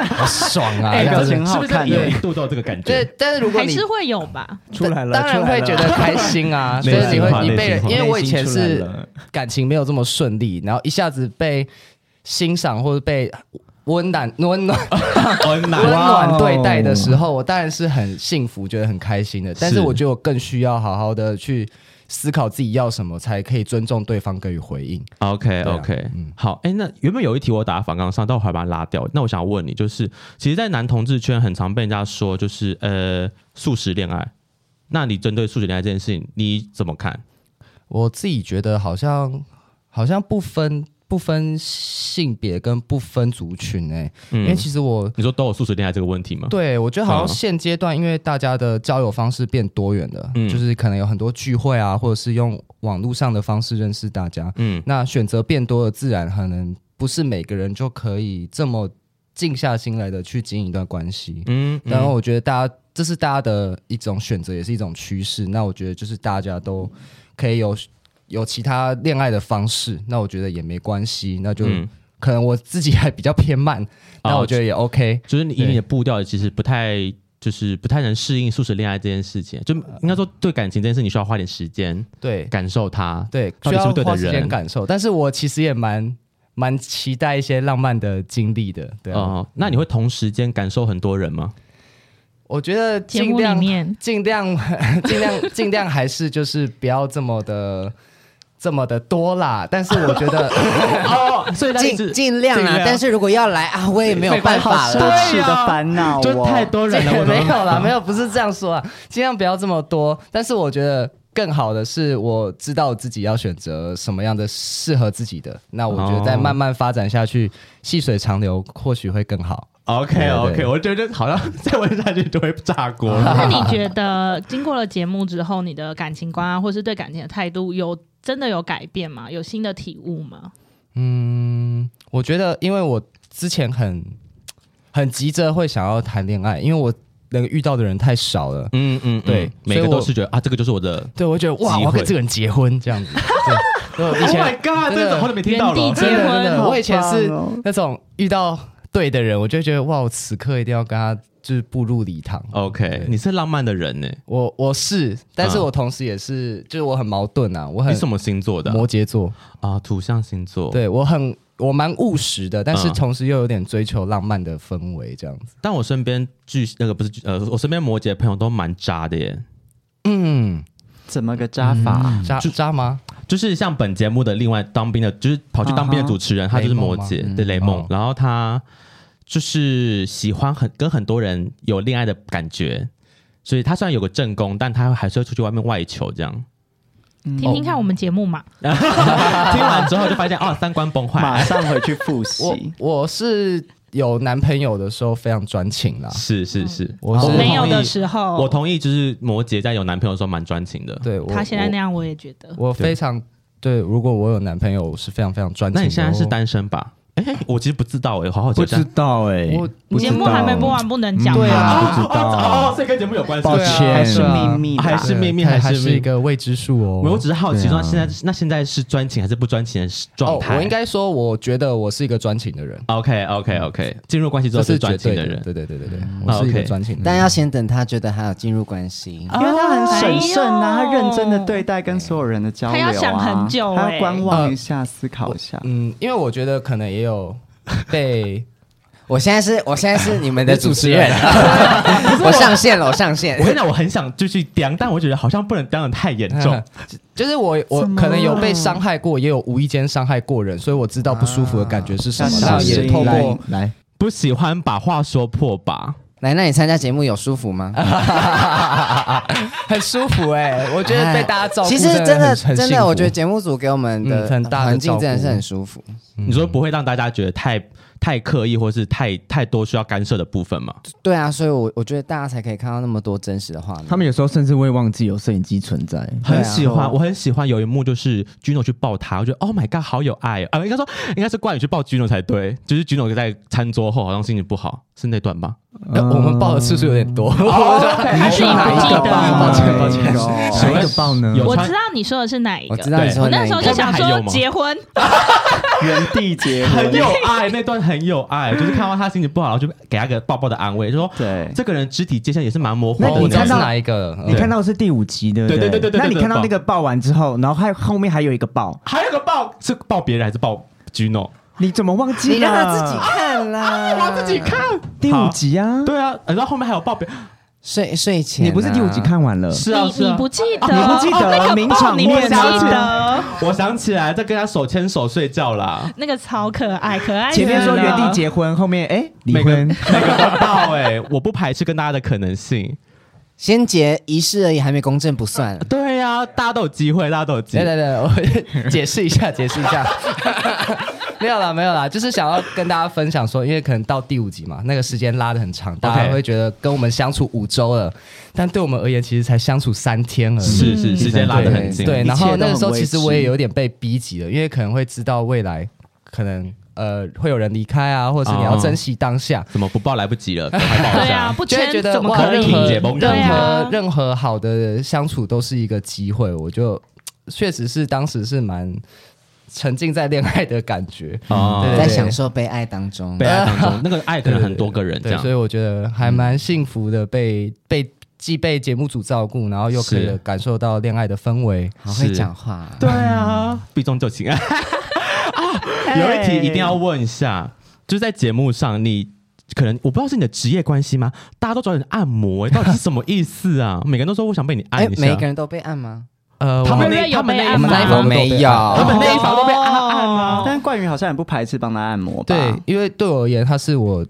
Speaker 7: 好爽啊，
Speaker 6: 哎
Speaker 7: 这样
Speaker 6: 表
Speaker 7: 子
Speaker 6: 情好看
Speaker 1: 是不是有
Speaker 6: 耶
Speaker 1: 一度都有这个感
Speaker 7: 对
Speaker 1: 觉？，
Speaker 7: 但是如果
Speaker 2: 还
Speaker 7: 你
Speaker 2: 是会有 吧？
Speaker 4: 出来了，
Speaker 7: 当然会觉得开心 啊，就
Speaker 1: 内心
Speaker 7: 是你
Speaker 1: 话
Speaker 7: 会你
Speaker 1: 内
Speaker 7: 被
Speaker 1: 心
Speaker 7: 人，
Speaker 1: 话
Speaker 7: 因为我以
Speaker 4: 内
Speaker 7: 前
Speaker 4: 心出来
Speaker 7: 是
Speaker 4: 了
Speaker 7: 感情没有这么顺利，然后一下子被欣赏或者被温暖温暖
Speaker 1: 很难
Speaker 7: 温
Speaker 4: 哇
Speaker 7: 暖
Speaker 4: 哦
Speaker 7: 对待的时候，我当然是很幸福，觉得很开心的。但是
Speaker 1: 是
Speaker 7: 我觉得我更需要好好的去思考自己要什么，才可以尊重对方给予回应。
Speaker 1: OK
Speaker 7: 对啊
Speaker 1: OK，、好，哎、那原本有一题我打在反纲上，但我还把它拉掉。那我想问你，就是其实，在男同志圈很常被人家说，就是呃，素食恋爱。那你针对素食恋爱这件事情，你怎么看？
Speaker 7: 我自己觉得好像好像不分不分性别跟不分族群哎、
Speaker 1: 嗯，
Speaker 7: 因为其实我
Speaker 1: 你说都有素食恋爱这个问题吗？，
Speaker 7: 对我觉得好像
Speaker 1: 嗯
Speaker 7: 现阶段因为大家的交友方式变多元了，
Speaker 1: 嗯
Speaker 7: 就是可能有很多聚会啊，或者是用网络上的方式认识大家，
Speaker 1: 嗯
Speaker 7: 那选择变多了，自然可能不是每个人就可以这么静下心来的去经营一段关系。
Speaker 1: 嗯，
Speaker 7: 然后我觉得大家这是大家的一种选择，也是一种趋势。那我觉得就是大家都可以有有其他恋爱的方式，那我觉得也没关系。那就、
Speaker 1: 嗯
Speaker 7: 可能我自己还比较偏慢，那我觉得也 OK。
Speaker 1: 就是你以你的步调，其实不太。就是不太能适应素食恋爱这件事情，就应该说对感情这件事，你需要花点时间
Speaker 7: 对
Speaker 1: 感受它。
Speaker 7: 对，
Speaker 1: 哦到底
Speaker 7: 需
Speaker 1: 是
Speaker 7: 要
Speaker 1: 不是对的
Speaker 7: 花时间
Speaker 1: 人
Speaker 7: 感受。但是我其实也蛮蛮期待一些浪漫的经历的。对、啊，
Speaker 1: 哦、那你会同时间感受很多人吗？
Speaker 7: 我觉得
Speaker 2: 节
Speaker 7: 尽
Speaker 2: 目里
Speaker 7: 量
Speaker 2: 面
Speaker 7: 尽量 尽量尽量还是就是不要这么的这么的多啦。但是我觉得
Speaker 1: 哦，所以那
Speaker 5: 尽
Speaker 1: 是
Speaker 5: 尽量
Speaker 1: 尽
Speaker 5: 啦
Speaker 1: 量，
Speaker 5: 但是如果要来啊，我也没有
Speaker 1: 没
Speaker 5: 办
Speaker 1: 办法
Speaker 5: 法
Speaker 1: 对
Speaker 5: 了。
Speaker 6: 是的烦恼，
Speaker 1: 就
Speaker 6: 我
Speaker 1: 太多人了，
Speaker 7: 哦这
Speaker 1: 我
Speaker 7: 个
Speaker 1: 怎么
Speaker 7: 没有啦，没有，不是这样说啊，尽量不要这么多。但是我觉得更好的是，我知道自己要选择什么样的适合自己的。那我觉得再慢慢发展下去，细水长流或许会更好。
Speaker 1: OK
Speaker 7: 对
Speaker 1: OK，
Speaker 7: 对
Speaker 1: 我觉得好像再问下去就会炸锅
Speaker 2: 那
Speaker 1: 了。
Speaker 2: 你觉得经过了节目之后，你的感情观啊，或是对感情的态度有真的有改变吗？有新的体悟吗？
Speaker 7: 嗯，我觉得因为我之前很很急着会想要谈恋爱，因为我能遇到的人太少了。
Speaker 1: 嗯嗯，
Speaker 7: 对
Speaker 1: 每个
Speaker 7: 所以
Speaker 1: 都
Speaker 7: 我
Speaker 1: 是觉得啊，这个就是我的。
Speaker 7: 对，我觉得哇，
Speaker 1: 机
Speaker 7: 我要跟
Speaker 1: 会
Speaker 7: 这个人结婚这样子。对，我
Speaker 1: Oh
Speaker 7: 以前
Speaker 1: my god，
Speaker 7: 真
Speaker 1: 这
Speaker 7: 的
Speaker 1: 种好久没听到
Speaker 2: 原
Speaker 1: 了
Speaker 2: 地。
Speaker 7: 真的
Speaker 2: 结婚
Speaker 7: 真的，
Speaker 6: 好
Speaker 7: 我以前是
Speaker 6: 棒哦
Speaker 7: 那种遇到对的人，我就觉得哇，我此刻一定要跟他就是步入礼堂。
Speaker 1: OK，
Speaker 7: 对
Speaker 1: 你是浪漫的人欸呢？
Speaker 7: 我我是，但是
Speaker 1: 嗯
Speaker 7: 我同时也是，就是我很矛盾啊，我很
Speaker 1: 你什么星座的啊？
Speaker 7: 摩羯座，
Speaker 1: 啊，土象星座。，
Speaker 7: 对我很我蛮务实的，但是
Speaker 1: 嗯
Speaker 7: 同时又有点追求浪漫的氛围这样子。
Speaker 1: 但我身边巨那个不是巨呃，我身边摩羯朋友都蛮渣的耶，
Speaker 7: 嗯，
Speaker 6: 怎么个扎法？
Speaker 7: 渣渣吗？
Speaker 1: 就是像本节目的另外当兵的，就是跑去当兵的主持人，
Speaker 7: 哎
Speaker 1: 他就是摩羯
Speaker 7: 嗯
Speaker 1: 对雷
Speaker 7: 哦
Speaker 1: 梦，然后他就是喜欢很跟很多人有恋爱的感觉，所以他虽然有个正宫，但他还是会出去外面外求这 样。
Speaker 2: 听听看我们节目嘛，
Speaker 1: 听完之后就发现哦，三观崩
Speaker 6: 马
Speaker 1: 坏，
Speaker 6: 上回去复
Speaker 7: 我。
Speaker 6: 习
Speaker 7: 我是有男朋友的时候非常专情啦，
Speaker 1: 是是是，
Speaker 7: 我是
Speaker 1: 同
Speaker 2: 没有
Speaker 1: 意
Speaker 2: 的时候，
Speaker 1: 哦我同意，就是摩羯在有男朋友的时候蛮专情的。
Speaker 7: 对我
Speaker 2: 他现在那样，我也觉得。
Speaker 7: 我，我非常对。如果我有男朋友，我是非常非常专情的
Speaker 1: 那
Speaker 7: 哦。
Speaker 1: 你现在是单身吧？哎，我其实不知道哎，好好奇
Speaker 4: 不
Speaker 1: 我这
Speaker 4: 知
Speaker 1: 样。
Speaker 4: 道哎、
Speaker 7: 我
Speaker 4: 不知道
Speaker 2: 节目还没播，完，不能讲。
Speaker 4: 对
Speaker 2: 嘛。
Speaker 4: 啊，不知
Speaker 1: 哦，
Speaker 4: 道，
Speaker 1: 这跟节目有关系。
Speaker 4: 抱
Speaker 7: 对啊
Speaker 4: 歉，
Speaker 6: 还是秘密啦，
Speaker 1: 还啊是秘密还
Speaker 7: 还
Speaker 1: 是秘密
Speaker 7: 是一个未知数哦。
Speaker 1: 我只是好奇
Speaker 4: 对
Speaker 1: 说，
Speaker 4: 啊
Speaker 1: 现在那现在是专情还是不专情的状
Speaker 7: 哦，
Speaker 1: 态？
Speaker 7: 我应该说，我觉得我是一个专情的人，
Speaker 1: OK OK OK，进入关系之后
Speaker 7: 是
Speaker 1: 是
Speaker 7: 绝
Speaker 1: 专情
Speaker 7: 对
Speaker 1: 的人，
Speaker 7: 对对对对对，
Speaker 1: 啊
Speaker 7: 我是一个
Speaker 1: OK
Speaker 7: 专情的人。
Speaker 5: 但要先等他觉得他有进入关系，
Speaker 6: 因为他很审慎啊，
Speaker 2: 哎
Speaker 6: 他
Speaker 2: 呦
Speaker 6: 认真的对待跟所有人的交流啊，
Speaker 2: 他要想很久
Speaker 6: 他要
Speaker 2: 哎
Speaker 6: 观望一下，思考一下。
Speaker 7: 嗯，因为我觉得可能也 有被，
Speaker 5: 我现在是，我现在是你们的主持人，
Speaker 7: 啊
Speaker 5: 我上线了，我上线
Speaker 1: 我。跟你讲，我很想继续刁，但我觉得好像不能刁的太严 重。
Speaker 7: 就是我我
Speaker 6: 怎么
Speaker 7: 可能有被伤害过，也有无意间伤害过人，所以我知道不舒服的感觉是什么。
Speaker 6: 啊
Speaker 7: 那也透
Speaker 6: 小
Speaker 7: 过
Speaker 6: 心
Speaker 4: 来来，
Speaker 1: 不喜欢把话说破吧？
Speaker 5: 奶奶，你参加节目有舒服吗？
Speaker 7: 很舒服哎、我觉得被大家照顾
Speaker 5: 其
Speaker 7: 很，
Speaker 5: 实真的真
Speaker 7: 很幸
Speaker 5: 的，
Speaker 7: 福
Speaker 5: 我觉得节目组给我们的呃
Speaker 7: 嗯很大的
Speaker 5: 环境
Speaker 7: 照顾
Speaker 5: 真的是很舒服。
Speaker 1: 你说不会让大家觉得太太刻意，或是太太多需要干涉的部分吗？
Speaker 5: 对啊，所以我我觉得大家才可以看到那么多真实的画面。
Speaker 4: 他们有时候甚至会忘记有摄影机存在。
Speaker 5: 对啊
Speaker 1: 很喜欢，我很喜欢有一幕就是 Gino 去抱他，我觉得 Oh my God，好有爱哦啊！应该说应该是冠宇去抱 Gino 才对，就是 Gino 在餐桌后好像心情不好，是那段吧？
Speaker 7: 呃我们报的次数有点 多，
Speaker 2: 还是你
Speaker 4: 啊
Speaker 1: 哎
Speaker 2: 不记得？
Speaker 4: 抱歉抱歉
Speaker 1: 请问
Speaker 4: 哪一个抱呢？
Speaker 1: 有
Speaker 2: 我
Speaker 1: 穿
Speaker 2: 知道你说的是哪一个。
Speaker 5: 我知道你说
Speaker 2: 我
Speaker 5: 的
Speaker 2: 那
Speaker 5: 一
Speaker 2: 时候
Speaker 5: 个
Speaker 2: 就
Speaker 1: 后面
Speaker 2: 想
Speaker 1: 还
Speaker 2: 说
Speaker 1: 有吗
Speaker 2: 结婚，
Speaker 6: 原地结
Speaker 1: 很
Speaker 6: 婚，啊
Speaker 1: 有爱，那段很有爱，就是看到他心情不好，然后就给他个抱抱的安慰，就说
Speaker 6: 对
Speaker 1: 这个人肢体界限也是蛮模糊的。
Speaker 4: 那你
Speaker 7: 我知道
Speaker 4: 看
Speaker 7: 是
Speaker 4: 到
Speaker 7: 哪一个？
Speaker 4: 你看到的是第五集对不
Speaker 1: 对对对对对
Speaker 4: 那你看到
Speaker 1: 对
Speaker 4: 那个抱完之后，然后还后面还有一个抱，
Speaker 1: 还有个抱是抱别人还是抱 Gino？
Speaker 4: 你怎么忘记了？
Speaker 5: 你让他自己看啦，
Speaker 1: 我自己看。
Speaker 4: 第五集啊，
Speaker 1: 对啊，然后后面还有抱别，
Speaker 5: 睡睡前啊。
Speaker 4: 你不是第五集看完了？
Speaker 1: 是啊
Speaker 2: 你
Speaker 1: 是
Speaker 2: 你
Speaker 1: 啊。
Speaker 2: 不记得？
Speaker 4: 你不记得
Speaker 2: 哦那个
Speaker 4: 名
Speaker 2: 抱
Speaker 4: 场
Speaker 2: 你不
Speaker 4: 面
Speaker 2: 记
Speaker 4: 啊
Speaker 2: 得？
Speaker 1: 我想起来，在跟他手牵手睡觉啦，
Speaker 2: 那个超可爱，可爱死啊
Speaker 4: 前
Speaker 6: 啊
Speaker 4: 面说
Speaker 2: 了
Speaker 4: 原地结婚，后面哎离
Speaker 1: 每个
Speaker 4: 婚，
Speaker 1: 那个都抱哎，我不排斥跟大家的可能性。
Speaker 5: 先结仪式而已，还没公证不算。
Speaker 1: 对呀、大家都有机会，大家都有机
Speaker 7: 对
Speaker 1: 会。
Speaker 7: 对对，我解释一下，解释一 下。没有啦，没有啦，就是想要跟大家分享说，因为可能到第五集嘛，那个时间拉的很长，大家会觉得跟我们相处五周了，但对我们而言，其实才相处三天而已。
Speaker 1: 是是，时间拉得很近。
Speaker 7: 嗯对，
Speaker 6: 一切
Speaker 7: 然后
Speaker 6: 都
Speaker 7: 那个
Speaker 6: 很
Speaker 7: 时候
Speaker 6: 未
Speaker 7: 其实
Speaker 6: 知
Speaker 7: 我也有点被逼急了，因为可能会知道未来可能呃会有人离开啊，或者是你要
Speaker 1: 哦
Speaker 7: 珍惜当下。
Speaker 1: 怎么不抱来不及了？还抱一下
Speaker 2: 对啊，不
Speaker 7: 就会
Speaker 2: 签
Speaker 7: 觉得
Speaker 2: 怎么
Speaker 7: 哇
Speaker 2: 可
Speaker 1: 能
Speaker 2: 以
Speaker 7: 任？何
Speaker 1: 理解崩溃
Speaker 7: 任
Speaker 2: 对啊
Speaker 7: 何任何好的相处都是一个机会，我就确实是当时是蛮沉浸在恋爱的感觉，
Speaker 1: 哦
Speaker 7: 对对
Speaker 5: 在
Speaker 7: 对
Speaker 5: 享受被爱当中
Speaker 1: 被。爱当中，那个爱可能很多个人这
Speaker 7: 对，
Speaker 1: 样嗯
Speaker 7: 所。以我觉得还蛮幸福的被，被既被节目组照顾，然后又可以
Speaker 1: 是
Speaker 7: 感受到恋爱的氛围。
Speaker 5: 好会
Speaker 1: 是
Speaker 5: 讲话啊，
Speaker 1: 对啊，避重就 轻啊！有一题一定要问一下，就是在节目上你。可能我不知道是你的职业关系吗？大家都找你按摩、欸，到底是什么意思 啊？每个人都说我想被你
Speaker 5: 哎
Speaker 1: 按一，下，
Speaker 5: 每一个人都被按吗？
Speaker 7: 呃，
Speaker 1: 他们
Speaker 2: 我们
Speaker 1: 那他们
Speaker 2: 有被
Speaker 1: 那
Speaker 2: 按吗
Speaker 1: 一
Speaker 7: 我
Speaker 1: 房
Speaker 7: 们没有
Speaker 1: 他们那一房都被按按
Speaker 2: 哦
Speaker 1: 吗？
Speaker 6: 但冠宇好像也不排斥帮他按摩吧？
Speaker 7: 对，因为对我而言，他是我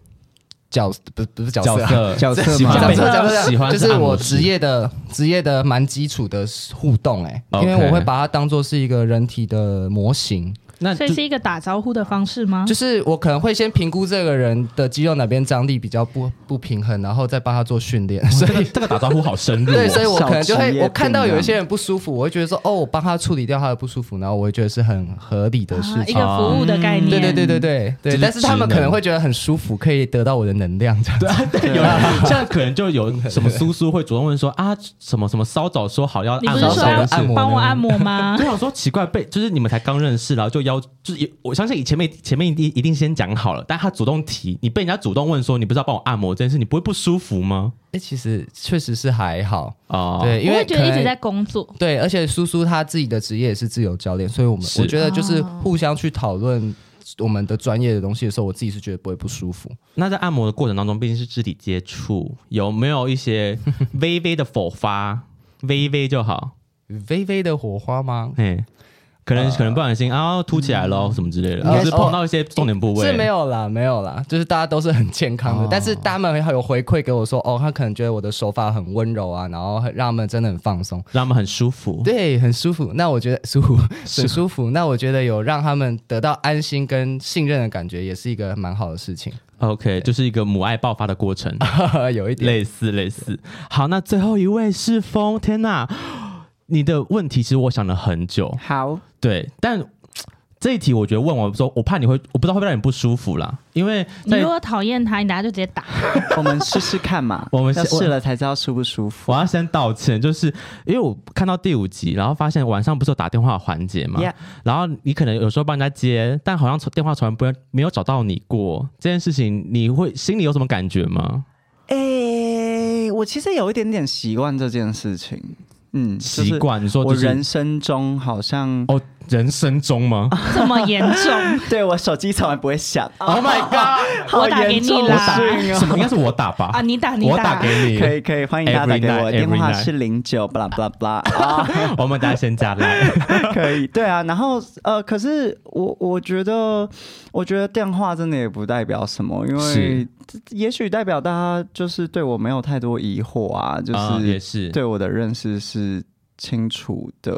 Speaker 7: 角不不是角色啊、
Speaker 4: 角色
Speaker 1: 喜
Speaker 4: 嘛
Speaker 1: 欢被
Speaker 7: 角色角色
Speaker 1: 喜欢
Speaker 7: 就是
Speaker 1: 按摩
Speaker 7: 我
Speaker 1: 师
Speaker 7: 职业的职业的蛮基础的互动哎、
Speaker 1: OK
Speaker 7: 因为我会把它当做是一个人体的模型，
Speaker 1: 那
Speaker 2: 所以是一个打招呼的方式吗？
Speaker 7: 就是我可能会先评估这个人的肌肉哪边张力比较不不平衡，然后再帮他做训练，所
Speaker 1: 这个
Speaker 7: 以。
Speaker 1: 这个打招呼好深入、哦，
Speaker 7: 对，所以我可能就
Speaker 6: 小职业
Speaker 7: 会，
Speaker 6: 病啊
Speaker 7: 我看到有一些人不舒服，我会觉得说，哦，我帮他处理掉他的不舒服，然后我会觉得是很合理的事
Speaker 2: 啊一
Speaker 7: 情。
Speaker 2: 个服务的概念，
Speaker 7: 对对对对对
Speaker 1: 这
Speaker 7: 对，
Speaker 1: 是
Speaker 7: 但是他们
Speaker 1: 职能
Speaker 7: 可能会觉得很舒服，可以得到我的能量这样子。
Speaker 1: 对，啊有 人像可能就有什么叔叔会主动问说啊，什么什么稍早说好要
Speaker 2: 你不
Speaker 1: 按
Speaker 2: 是
Speaker 1: 摩
Speaker 2: 说
Speaker 1: 什么
Speaker 2: 要
Speaker 1: 的
Speaker 7: 按摩
Speaker 2: 帮我按 摩吗
Speaker 1: 就？想说奇怪，被就是你们才刚认识，然后就要就是也我相信以前面前面一定一定先讲好了，但他主动提，你被人家主动问说你不是要帮我按摩这件事，你不会不舒服吗？
Speaker 7: 哎，其实确实是还好，
Speaker 1: 哦，，
Speaker 7: 对，因
Speaker 2: 我
Speaker 7: 为
Speaker 2: 会觉得一
Speaker 7: 可
Speaker 2: 直
Speaker 7: 能
Speaker 2: 在工作，
Speaker 7: 对，而且苏苏他自己的职业也是自由教练，所以我们
Speaker 1: 是
Speaker 7: 我觉得就是互相去讨论我们的专业的东西的时候，我自己是觉得不会不舒服。
Speaker 1: 那在按摩的过程当中，毕竟是肢体接触，有没有一些微微的否发？微微就好，
Speaker 7: 微微的火花吗？
Speaker 1: 哎，可能可能不小心啊凸起来喽什么之类的，
Speaker 7: 呃应该
Speaker 1: 或是
Speaker 7: 是哦
Speaker 1: 碰到一些重点部位，
Speaker 7: 是没有啦，没有啦， 就是大家都是很健康的，
Speaker 4: 哦
Speaker 7: 但是他们有回馈给我说，哦，他可能觉得我的手法很温柔啊，然后很让他们真的很放松，
Speaker 4: 哦
Speaker 1: 让他们很舒服。
Speaker 7: 对，很舒服。那我觉得 舒服，很舒服。那我觉得有让他们得到安心跟信任的感觉，也是一个蛮好的事情。
Speaker 1: OK，就是一个母爱爆发的过 程，
Speaker 7: 有一点
Speaker 1: 类似类似。好，那最后一位是风，天哪，你的问题其实我想了很久，
Speaker 6: 好，
Speaker 1: 对，但这一题我觉得问完之后，我怕你会，我不知道会不会让你不舒服啦，因为
Speaker 2: 你
Speaker 1: 在
Speaker 2: 如果讨厌他，你等下就直接打。
Speaker 6: 我们试试看嘛，
Speaker 1: 我们
Speaker 6: 要
Speaker 1: 先
Speaker 6: 试了才知道舒不舒服。
Speaker 1: 我要先道歉，就是因为我看到第五集，然后发现晚上不是有打电话的环节嘛
Speaker 6: Yeah
Speaker 1: 然后你可能有时候帮人家接，但好像从电话从来不会没有找到你过这件事情，你会心里有什么感觉吗？
Speaker 6: 哎、我其实有一点点习惯这件事情，嗯，就是
Speaker 1: 习惯，你说
Speaker 6: 我
Speaker 1: 就是
Speaker 6: 人生中好像，
Speaker 1: 哦人生中吗
Speaker 2: 这么严重，
Speaker 6: 对我手机从来不会响，
Speaker 1: ？Oh my god！
Speaker 6: 好啊
Speaker 2: 我打给
Speaker 6: 严重
Speaker 2: 你
Speaker 6: 的
Speaker 2: 啦
Speaker 6: 事
Speaker 1: 什么应该是我打吧？
Speaker 2: 啊！你打你
Speaker 1: 我打给你，
Speaker 6: 可以可以，欢迎大家打
Speaker 1: Every
Speaker 6: 给我
Speaker 1: night, every
Speaker 6: 电话
Speaker 1: night
Speaker 6: 是零九，巴拉巴 拉巴拉啊，
Speaker 1: 我们大家先加来。
Speaker 6: 可以，对啊，然后呃，可是我我觉得，我觉得电话真的也不代表什么，因为
Speaker 1: 是
Speaker 6: 也许代表大家就是对我没有太多疑惑啊，就
Speaker 1: 啊也
Speaker 6: 是
Speaker 1: 是，
Speaker 6: 对我的认识是清楚的，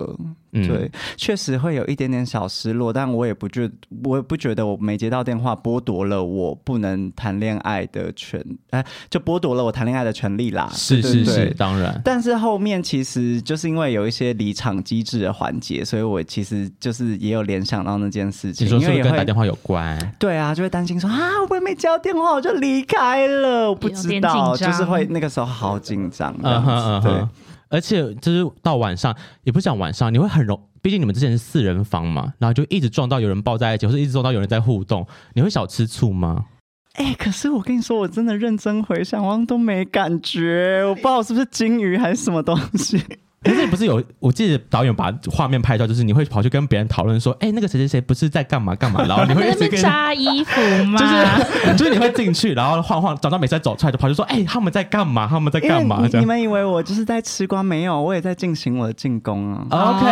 Speaker 1: 嗯
Speaker 6: 对，确实会有一点点小失落，但我也不觉，我也不觉得我没接到电话剥夺了我不能谈恋爱的权，哎、就剥夺了我谈恋爱的权利啦，
Speaker 1: 是
Speaker 6: 对
Speaker 1: 是
Speaker 6: 对
Speaker 1: 是，
Speaker 6: 对
Speaker 1: 当然。
Speaker 6: 但是后面其实就是因为有一些离场机制的环节，所以我其实就是也有联想到那件事情，
Speaker 1: 你说是不
Speaker 6: 因为
Speaker 1: 是
Speaker 6: 也
Speaker 1: 跟打
Speaker 6: 会
Speaker 1: 电话有关？
Speaker 6: 对啊，就会担心说啊，我也没接到电话我就离开了，我不知道，
Speaker 2: 有点紧张
Speaker 6: 就是会那个时候好紧张，这
Speaker 1: 嗯
Speaker 6: 样子
Speaker 1: 哼嗯
Speaker 6: 对
Speaker 1: 哼。而且就是到晚上，也不是讲晚上，你会很容，毕竟你们之前是四人房嘛，然后就一直撞到有人抱在一起，或者一直撞到有人在互动，你会小吃醋吗？
Speaker 6: 哎、可是我跟你说，我真的认真回想，好像都没感觉，我不知道我是不是金鱼还是什么东西。
Speaker 1: 可是不是有，我记得导演把画面拍照，就是你会跑去跟别人讨论说，哎、那个谁谁谁不是在干嘛干嘛，然后你
Speaker 2: 你
Speaker 1: 会一
Speaker 2: 在那
Speaker 1: 直
Speaker 2: 边
Speaker 1: 跟。
Speaker 2: 扎衣服吗？
Speaker 1: 就是 就是你会进去，然后晃晃，找到每次走出来就跑去说，哎、他们在干嘛？他们在
Speaker 6: 因
Speaker 1: 干
Speaker 6: 为
Speaker 1: 嘛？
Speaker 6: 你
Speaker 1: 这
Speaker 6: 你
Speaker 1: 样。
Speaker 6: 们以为我就是在吃瓜，没有，我也在进行我的进攻啊。
Speaker 1: OK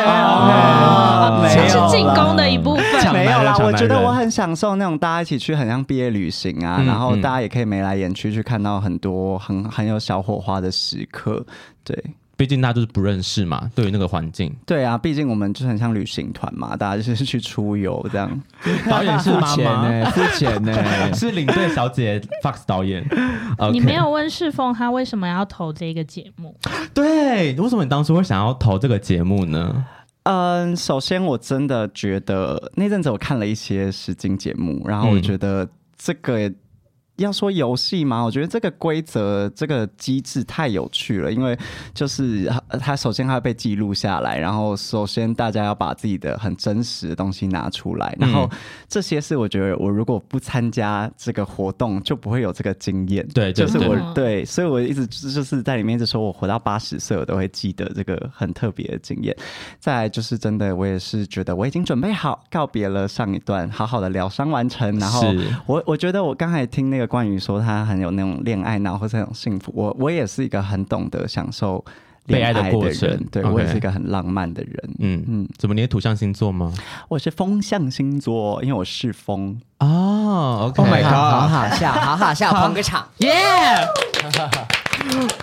Speaker 6: 啊
Speaker 1: OK，
Speaker 6: 没有
Speaker 2: 哦是进
Speaker 6: 啦
Speaker 2: 攻的一部分
Speaker 1: 呃抢。
Speaker 6: 没有
Speaker 1: 男人
Speaker 6: 啦，
Speaker 1: 抢
Speaker 6: 我觉得
Speaker 1: 男人
Speaker 6: 我很享受那种大家一起去，很像毕业旅行啊，
Speaker 1: 嗯
Speaker 6: 然后
Speaker 1: 嗯
Speaker 6: 大家也可以眉来眼去去看到很多很很有小火花的时刻。对
Speaker 1: 毕竟大家就是不认识嘛，对于那个环境。
Speaker 6: 对啊，毕竟我们就是很像旅行团嘛，大家就是去出游这样。
Speaker 1: 导演 是妈
Speaker 4: 付钱
Speaker 6: 欸
Speaker 1: 妈，
Speaker 4: 呢，付钱呢。
Speaker 1: 是领队小姐 Fox 导演。OK
Speaker 2: 你没有问世凤他为什么要投这个节目？
Speaker 1: 对，为什么你当初会想要投这个节目呢？
Speaker 6: 嗯，首先我真的觉得那阵子我看了一些实境节目，然后我
Speaker 1: 嗯
Speaker 6: 觉得这个要说游戏嘛，我觉得这个规则、这个机制太有趣了，因为就是它它首先它会被记录下来，然后首先大家要把自己的很真实的东西拿出来，然后
Speaker 1: 嗯
Speaker 6: 这些是我觉得我如果不参加这个活动就不会有这个经验，
Speaker 1: 对对
Speaker 6: 就是
Speaker 1: 对
Speaker 6: 我对，所以我一直就是在里面一直说我活到八十岁我都会记得这个很特别的经验。再来就是真的，我也是觉得我已经准备好告别了上一段，好好的疗伤完成。然后
Speaker 1: 是
Speaker 6: 我我觉得我刚才听那个关于说他很有那种恋爱脑或是很有幸福，我我也是一个很懂得享受恋
Speaker 1: 被爱的
Speaker 6: 爱
Speaker 1: 过
Speaker 6: 人，
Speaker 1: 程
Speaker 6: 对
Speaker 1: OK
Speaker 6: 我也是一个很浪漫的人。
Speaker 1: 嗯嗯
Speaker 6: 嗯，
Speaker 1: 怎么你也土象星座吗？
Speaker 6: 我是风象星座，因为我是风。
Speaker 1: 哦，OK，
Speaker 4: Oh my
Speaker 5: 啊好
Speaker 4: god！
Speaker 5: 好笑，好好笑，捧个场。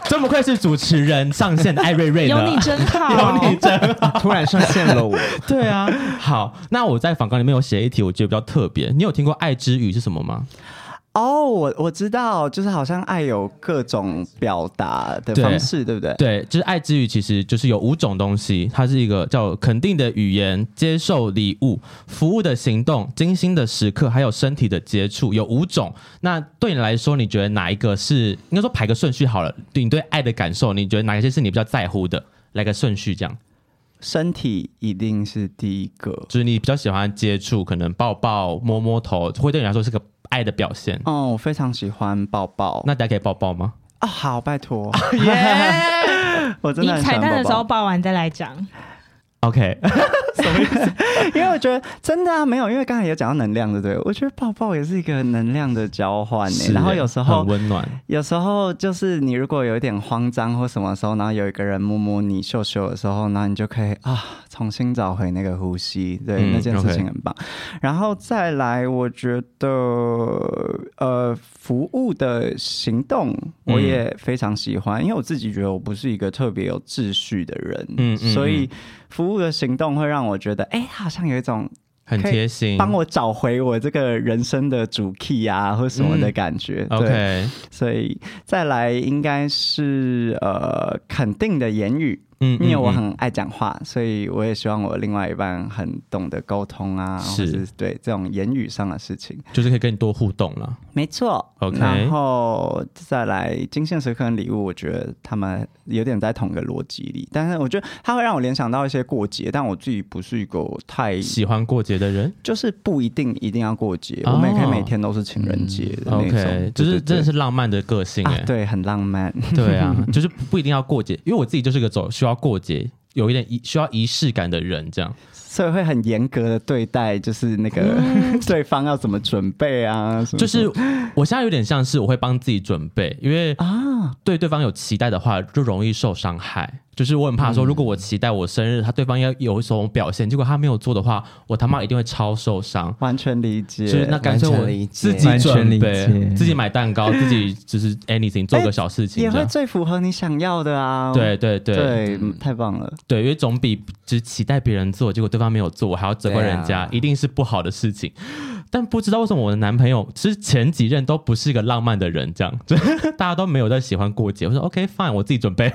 Speaker 1: 真不愧是主持人上线的艾瑞瑞呢
Speaker 2: 有你真 好，
Speaker 1: 有你真
Speaker 4: 突然上线了我，
Speaker 1: 对啊。好，那我在访纲里面有写一题，我觉得比较特别。你有听过爱之语是什么吗？
Speaker 4: 呃
Speaker 6: 哦，我我知道，就是好像爱有各种表达的
Speaker 1: 对
Speaker 6: 方式，对不对？
Speaker 1: 对，就是爱之语，其实就是有五种东西，它是一个叫肯定的语言、接受礼物、服务的行动、精心的时刻，还有身体的接触，有五种。那对你来说，你觉得哪一个是应该说排个顺序好了？对你对爱的感受，你觉得哪一些是你比较在乎的？来个顺序，这样
Speaker 6: 身体一定是第一个。
Speaker 1: 就是你比较喜欢接触，可能抱抱、摸摸头，会对你来说是个爱的表现。
Speaker 6: 哦，我非常喜欢抱抱。
Speaker 1: 那大家可以抱抱吗？
Speaker 6: 哦，好，拜托，
Speaker 1: 耶！
Speaker 6: 我真
Speaker 2: 你
Speaker 6: 的很喜
Speaker 2: 彩
Speaker 6: 欢
Speaker 2: 蛋的时
Speaker 6: 抱
Speaker 2: 候
Speaker 6: 抱。
Speaker 2: 报完再来讲。
Speaker 1: OK，
Speaker 6: 因为我觉得真的啊，没有，因为刚才有讲到能量，对不对？我觉得抱抱也是一个能量的交换、欸，
Speaker 1: 是
Speaker 6: 然后有时候
Speaker 1: 很温暖，
Speaker 6: 有时候就是你如果有一点慌张或什么时候，然后有一个人摸摸你秀秀的时候，然后你就可以啊重新找回那个呼吸，对、
Speaker 1: 嗯
Speaker 6: 那件事
Speaker 1: OK
Speaker 6: 情很棒。然后再来，我觉得呃服务的行动我也非常喜欢，因为我自己觉得我不是一个特别有秩序的人，
Speaker 1: 嗯嗯嗯
Speaker 6: 所以服务的行动会让我觉得哎、好像有一种
Speaker 1: 很
Speaker 6: 可以
Speaker 1: 贴心。
Speaker 6: 帮我找回我这个人生的主 key 啊，或什么的感觉。对。
Speaker 1: OK，
Speaker 6: 所以再来应该是呃肯定的言语，
Speaker 1: 嗯，
Speaker 6: 因为我
Speaker 1: 嗯
Speaker 6: 很爱讲话，所以我也希望我另外一半很懂得沟通啊，
Speaker 1: 是
Speaker 6: 或是对这种言语上的事情。
Speaker 1: 就是可以跟你多互动了。
Speaker 6: 没错
Speaker 1: OK
Speaker 6: 然后再来金线时刻跟礼物，我觉得他们有点在同一个逻辑里，但是我觉得它会让我联想到一些过节，但我自己不是一个太
Speaker 1: 喜欢过节的人
Speaker 6: 就是不一定一定要过节，
Speaker 1: 哦
Speaker 6: 我们也可以每天都是情人节的那种
Speaker 1: ，OK，就是
Speaker 6: 对对对
Speaker 1: 真的是浪漫的个性哎、
Speaker 6: 啊，对，很浪漫。
Speaker 1: 对 啊，就是不一定要过节，因为我自己就是个走需要过节，有一点仪需要仪式感的人，这样
Speaker 6: 所以会很严格的对待，就是那个、 对方要怎么准备啊，什么
Speaker 1: 就是我现在有点像是我会帮自己准备，因为
Speaker 6: 啊，
Speaker 1: 对对方有期待的话，就容易受伤害。就是我很怕说，如果我期待我生日，他对方要有什么表现，结果他没有做的话，我他妈一定会超受伤。
Speaker 6: 完全理解。
Speaker 1: 就是那干脆
Speaker 5: 完
Speaker 1: 我
Speaker 5: 全理解
Speaker 1: 自己准
Speaker 4: 完全理
Speaker 1: 备，
Speaker 4: 解
Speaker 1: 自己买蛋糕，自己就是 anything 做个小事情
Speaker 6: 也
Speaker 1: 这
Speaker 6: 会
Speaker 1: 样。
Speaker 6: 最符合你想要的啊。
Speaker 1: 对对对
Speaker 6: 对，嗯太棒了。
Speaker 1: 对，因为总比只期待别人做，结果对方没有做，我还要责怪人
Speaker 5: 对
Speaker 1: 家，
Speaker 5: 啊
Speaker 1: 一定是不好的事情。但不知道为什么我的男朋友，其实前几任都不是一个浪漫的人，这样， 就是大家都没有在喜欢过节。我说 OK fine，我自己准备。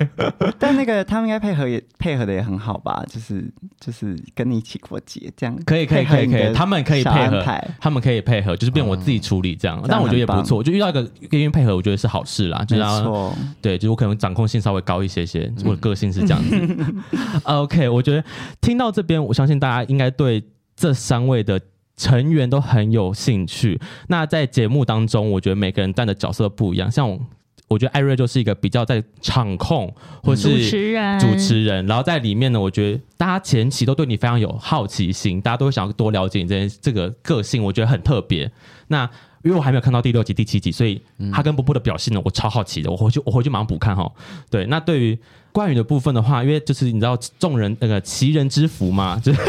Speaker 6: 但那个他们应该配合也配合的也很好吧，就是就是跟你一起过节这样。
Speaker 1: 可以可以
Speaker 6: 配合
Speaker 1: 可以
Speaker 6: 你
Speaker 1: 可
Speaker 6: 的
Speaker 1: 以，他们可以
Speaker 6: 小
Speaker 1: 配合
Speaker 6: 安排，
Speaker 1: 他们可以配合，就是变我自己处理这样。
Speaker 6: 这样
Speaker 1: 但我觉得也
Speaker 6: 很
Speaker 1: 不
Speaker 6: 棒
Speaker 1: 错，我就遇到一个愿意配合，我觉得是好事啦。就
Speaker 6: 没
Speaker 1: 是要
Speaker 6: 错，
Speaker 1: 对，就是我可能掌控性稍微高一些些，我的个性是这样子。OK，我觉得听到这边，我相信大家应该对这三位的。成员都很有兴趣。那在节目当中，我觉得每个人站的角色不一样。像我，我觉得艾瑞就是一个比较在场控或是
Speaker 2: 主持人，
Speaker 1: 主持人，然后在里面呢，我觉得大家前期都对你非常有好奇心，大家都会想要多了解你这件这个个性，我觉得很特别。那因为我还没有看到第六集、第七集，所以他跟波波的表现呢，我超好奇的，我回去我回去马上补看哈。对，那对于关羽的部分的话，因为就是你知道众人那个齐人之福嘛， 就是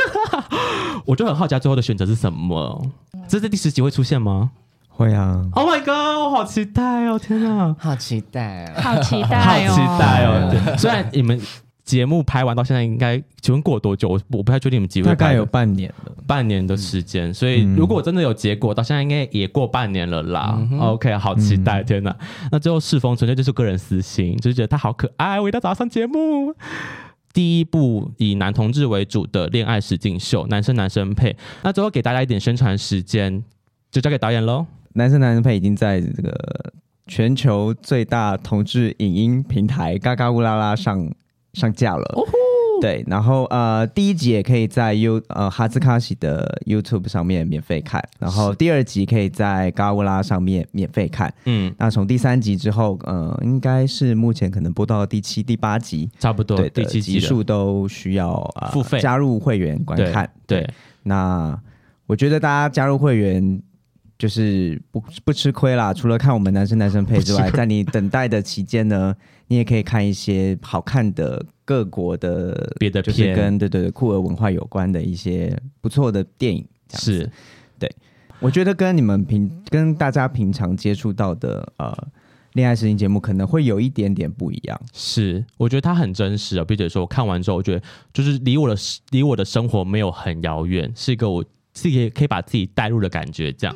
Speaker 1: 我就很好奇他最后的选择是什么。这是第十集会出现吗
Speaker 4: 会啊，
Speaker 1: ？Oh my god！我好期待哦，天哪！
Speaker 5: 好期待啊！
Speaker 2: 好期
Speaker 1: 好
Speaker 2: 待哦，
Speaker 1: 期
Speaker 4: 哎
Speaker 1: 待哦！对虽然你们节目拍完到现在，应该请问过多久？我我不太确定你们几位
Speaker 4: 大概
Speaker 1: 拍
Speaker 4: 有
Speaker 1: 了
Speaker 4: 半年了。
Speaker 1: 半年的时间，所以
Speaker 4: 嗯
Speaker 1: 如果真的有结果，到现在应该也过半年了啦。OK，好期
Speaker 4: 嗯
Speaker 1: 待！天哪，那最后世峰纯粹就是个人私心，就是觉得他好可爱，我一定要找他上节目。第一部以男同志为主的恋爱实境秀，男生男生配。那最后给大家一点宣传时间，就交给导演喽。
Speaker 4: 男生男生配已经在这个全球最大同志影音平台嘎嘎乌拉拉上上架了。对，然后呃，第一集也可以在 U 呃哈兹卡西的 YouTube 上面免费看，然后第二集可以在嘎嘎乌拉上面免费看。
Speaker 1: 嗯，
Speaker 4: 那从第三集之后，呃，应该是目前可能播到第七、第八集，
Speaker 1: 差不多
Speaker 4: 对
Speaker 1: 第
Speaker 4: 的
Speaker 1: 七集
Speaker 4: 集
Speaker 1: 了
Speaker 4: 数都需要呃
Speaker 1: 付费
Speaker 4: 加入会员观
Speaker 1: 对
Speaker 4: 看。
Speaker 1: 对，
Speaker 4: 那我觉得大家加入会员就是不不吃亏啦，除了看我们男生男生配之外，在你等待的期间呢，你也可以看一些好看的各国的
Speaker 1: 别的
Speaker 4: 就是
Speaker 1: 片
Speaker 4: 跟对对对酷儿文化有关的一些不错的电影。这样子
Speaker 1: 是
Speaker 4: 我觉得跟你们平跟大家平常接触到的呃恋爱实境节目可能会有一点点不一样。
Speaker 1: 是，我觉得它很真实啊。并且说，我看完之后，我觉得就是离我的离我的生活没有很遥远，是一个我自己也可以把自己带入的感觉。这样，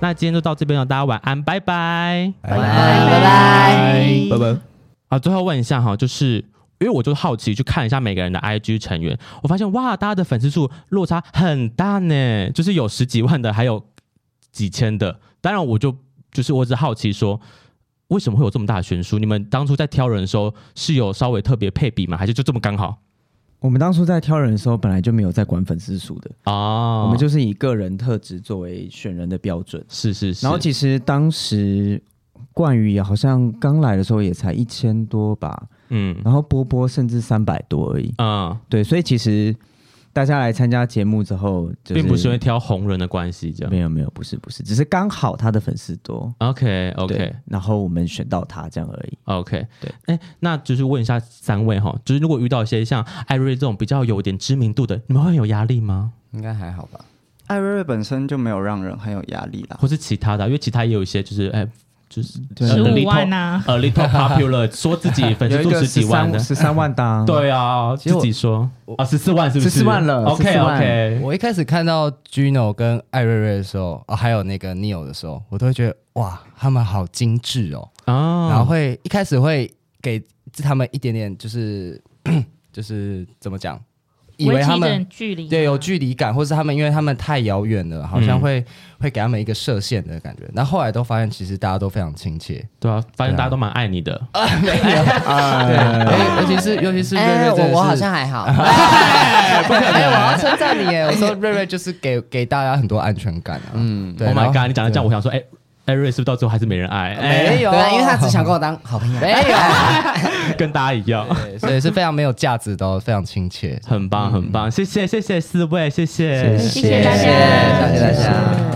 Speaker 1: 那今天就到这边了，大家晚安，拜拜。
Speaker 2: 拜拜。
Speaker 4: 拜拜。
Speaker 1: 啊，最后问一下哈，就是因因为我就好奇去看一下每个人的 IG 成员，我发现哇，大家的粉丝数落差很大呢，就是有十几万的，还有几千的。当然，我就就是我只好奇说，为什么会有这么大的悬殊？你们当初在挑人的时候是有稍微特别配比吗？还是就这么刚好
Speaker 4: 我们当初在挑人的时候，本来就没有在管粉丝数的，
Speaker 1: 啊？
Speaker 4: 我们就是以个人特质作为选人的标准。
Speaker 1: 是是是，
Speaker 4: 然后其实当时冠宇好像刚来的时候也才一千多吧，
Speaker 1: 嗯
Speaker 4: 然后波波甚至三百多而已。
Speaker 1: 嗯，
Speaker 4: 对，所以其实大家来参加节目之后，就是、
Speaker 1: 并不是因为挑红人的关系这样。
Speaker 4: 没有没有不是不是，只是刚好他的粉丝多
Speaker 1: OK OK
Speaker 4: 对。然后我们选到他这样而已。
Speaker 1: OK，
Speaker 4: 对，
Speaker 1: 哎，那就是问一下三位哈，就是如果遇到一些像艾瑞这种比较有点知名度的，你们会很有压力吗？
Speaker 5: 应该还好吧？
Speaker 6: 艾瑞瑞本身就没有让人很有压力啦。
Speaker 1: 或是其他的？因为其他也有一些就是哎，就是
Speaker 4: 对
Speaker 2: 十
Speaker 4: 有
Speaker 2: 五万啊呐、
Speaker 1: a little popular，说自己粉丝数十几万的，
Speaker 4: 十三万的、啊，
Speaker 1: 对啊，
Speaker 5: 其实
Speaker 1: 自
Speaker 5: 我
Speaker 1: 己说啊，十四万是不是？
Speaker 4: 14万了
Speaker 1: ，OK
Speaker 4: 14万
Speaker 1: OK，
Speaker 7: 我一开始看到 Gino 跟艾瑞瑞的时候，啊，还有那个 Neil 的时候，我都会觉得哇，他们好精致哦，
Speaker 5: 嗯
Speaker 1: 啊，
Speaker 7: 然后会一开始会给他们一点点，就是 就是怎么讲，以为
Speaker 2: 维持
Speaker 7: 他
Speaker 2: 一
Speaker 7: 们
Speaker 2: 点距离，啊
Speaker 7: 对有距离感，或是他们因为他们太遥远了，好
Speaker 5: 嗯
Speaker 7: 像会、会给他们一个设限的感觉。那后来都发现，其实大家都非常亲切，
Speaker 1: 对啊，发现大家都蛮爱你的，
Speaker 7: 尤尤其是尤其是瑞
Speaker 5: 嗯
Speaker 7: 瑞
Speaker 5: 哎，
Speaker 7: 真的
Speaker 5: 我
Speaker 7: 是，
Speaker 5: 我好像还好，
Speaker 7: 哎，我要称赞你耶！我说瑞瑞就是给给大家很多安全感啊。嗯对
Speaker 1: Oh
Speaker 7: 然
Speaker 1: my
Speaker 7: 后
Speaker 1: god！你讲的这样，
Speaker 7: 对
Speaker 1: 我想说，哎、艾瑞是不是到最后还是没人爱？ 哎、
Speaker 7: 没有
Speaker 5: 对啊，因为他只想跟我当好朋友，没有，
Speaker 1: 跟大家一样，
Speaker 7: 对所以是非常没有价值的哦，非常亲切。
Speaker 1: 嗯很棒，很棒，谢谢，谢谢四位，谢谢
Speaker 2: 谢谢大家，
Speaker 5: 谢谢大家。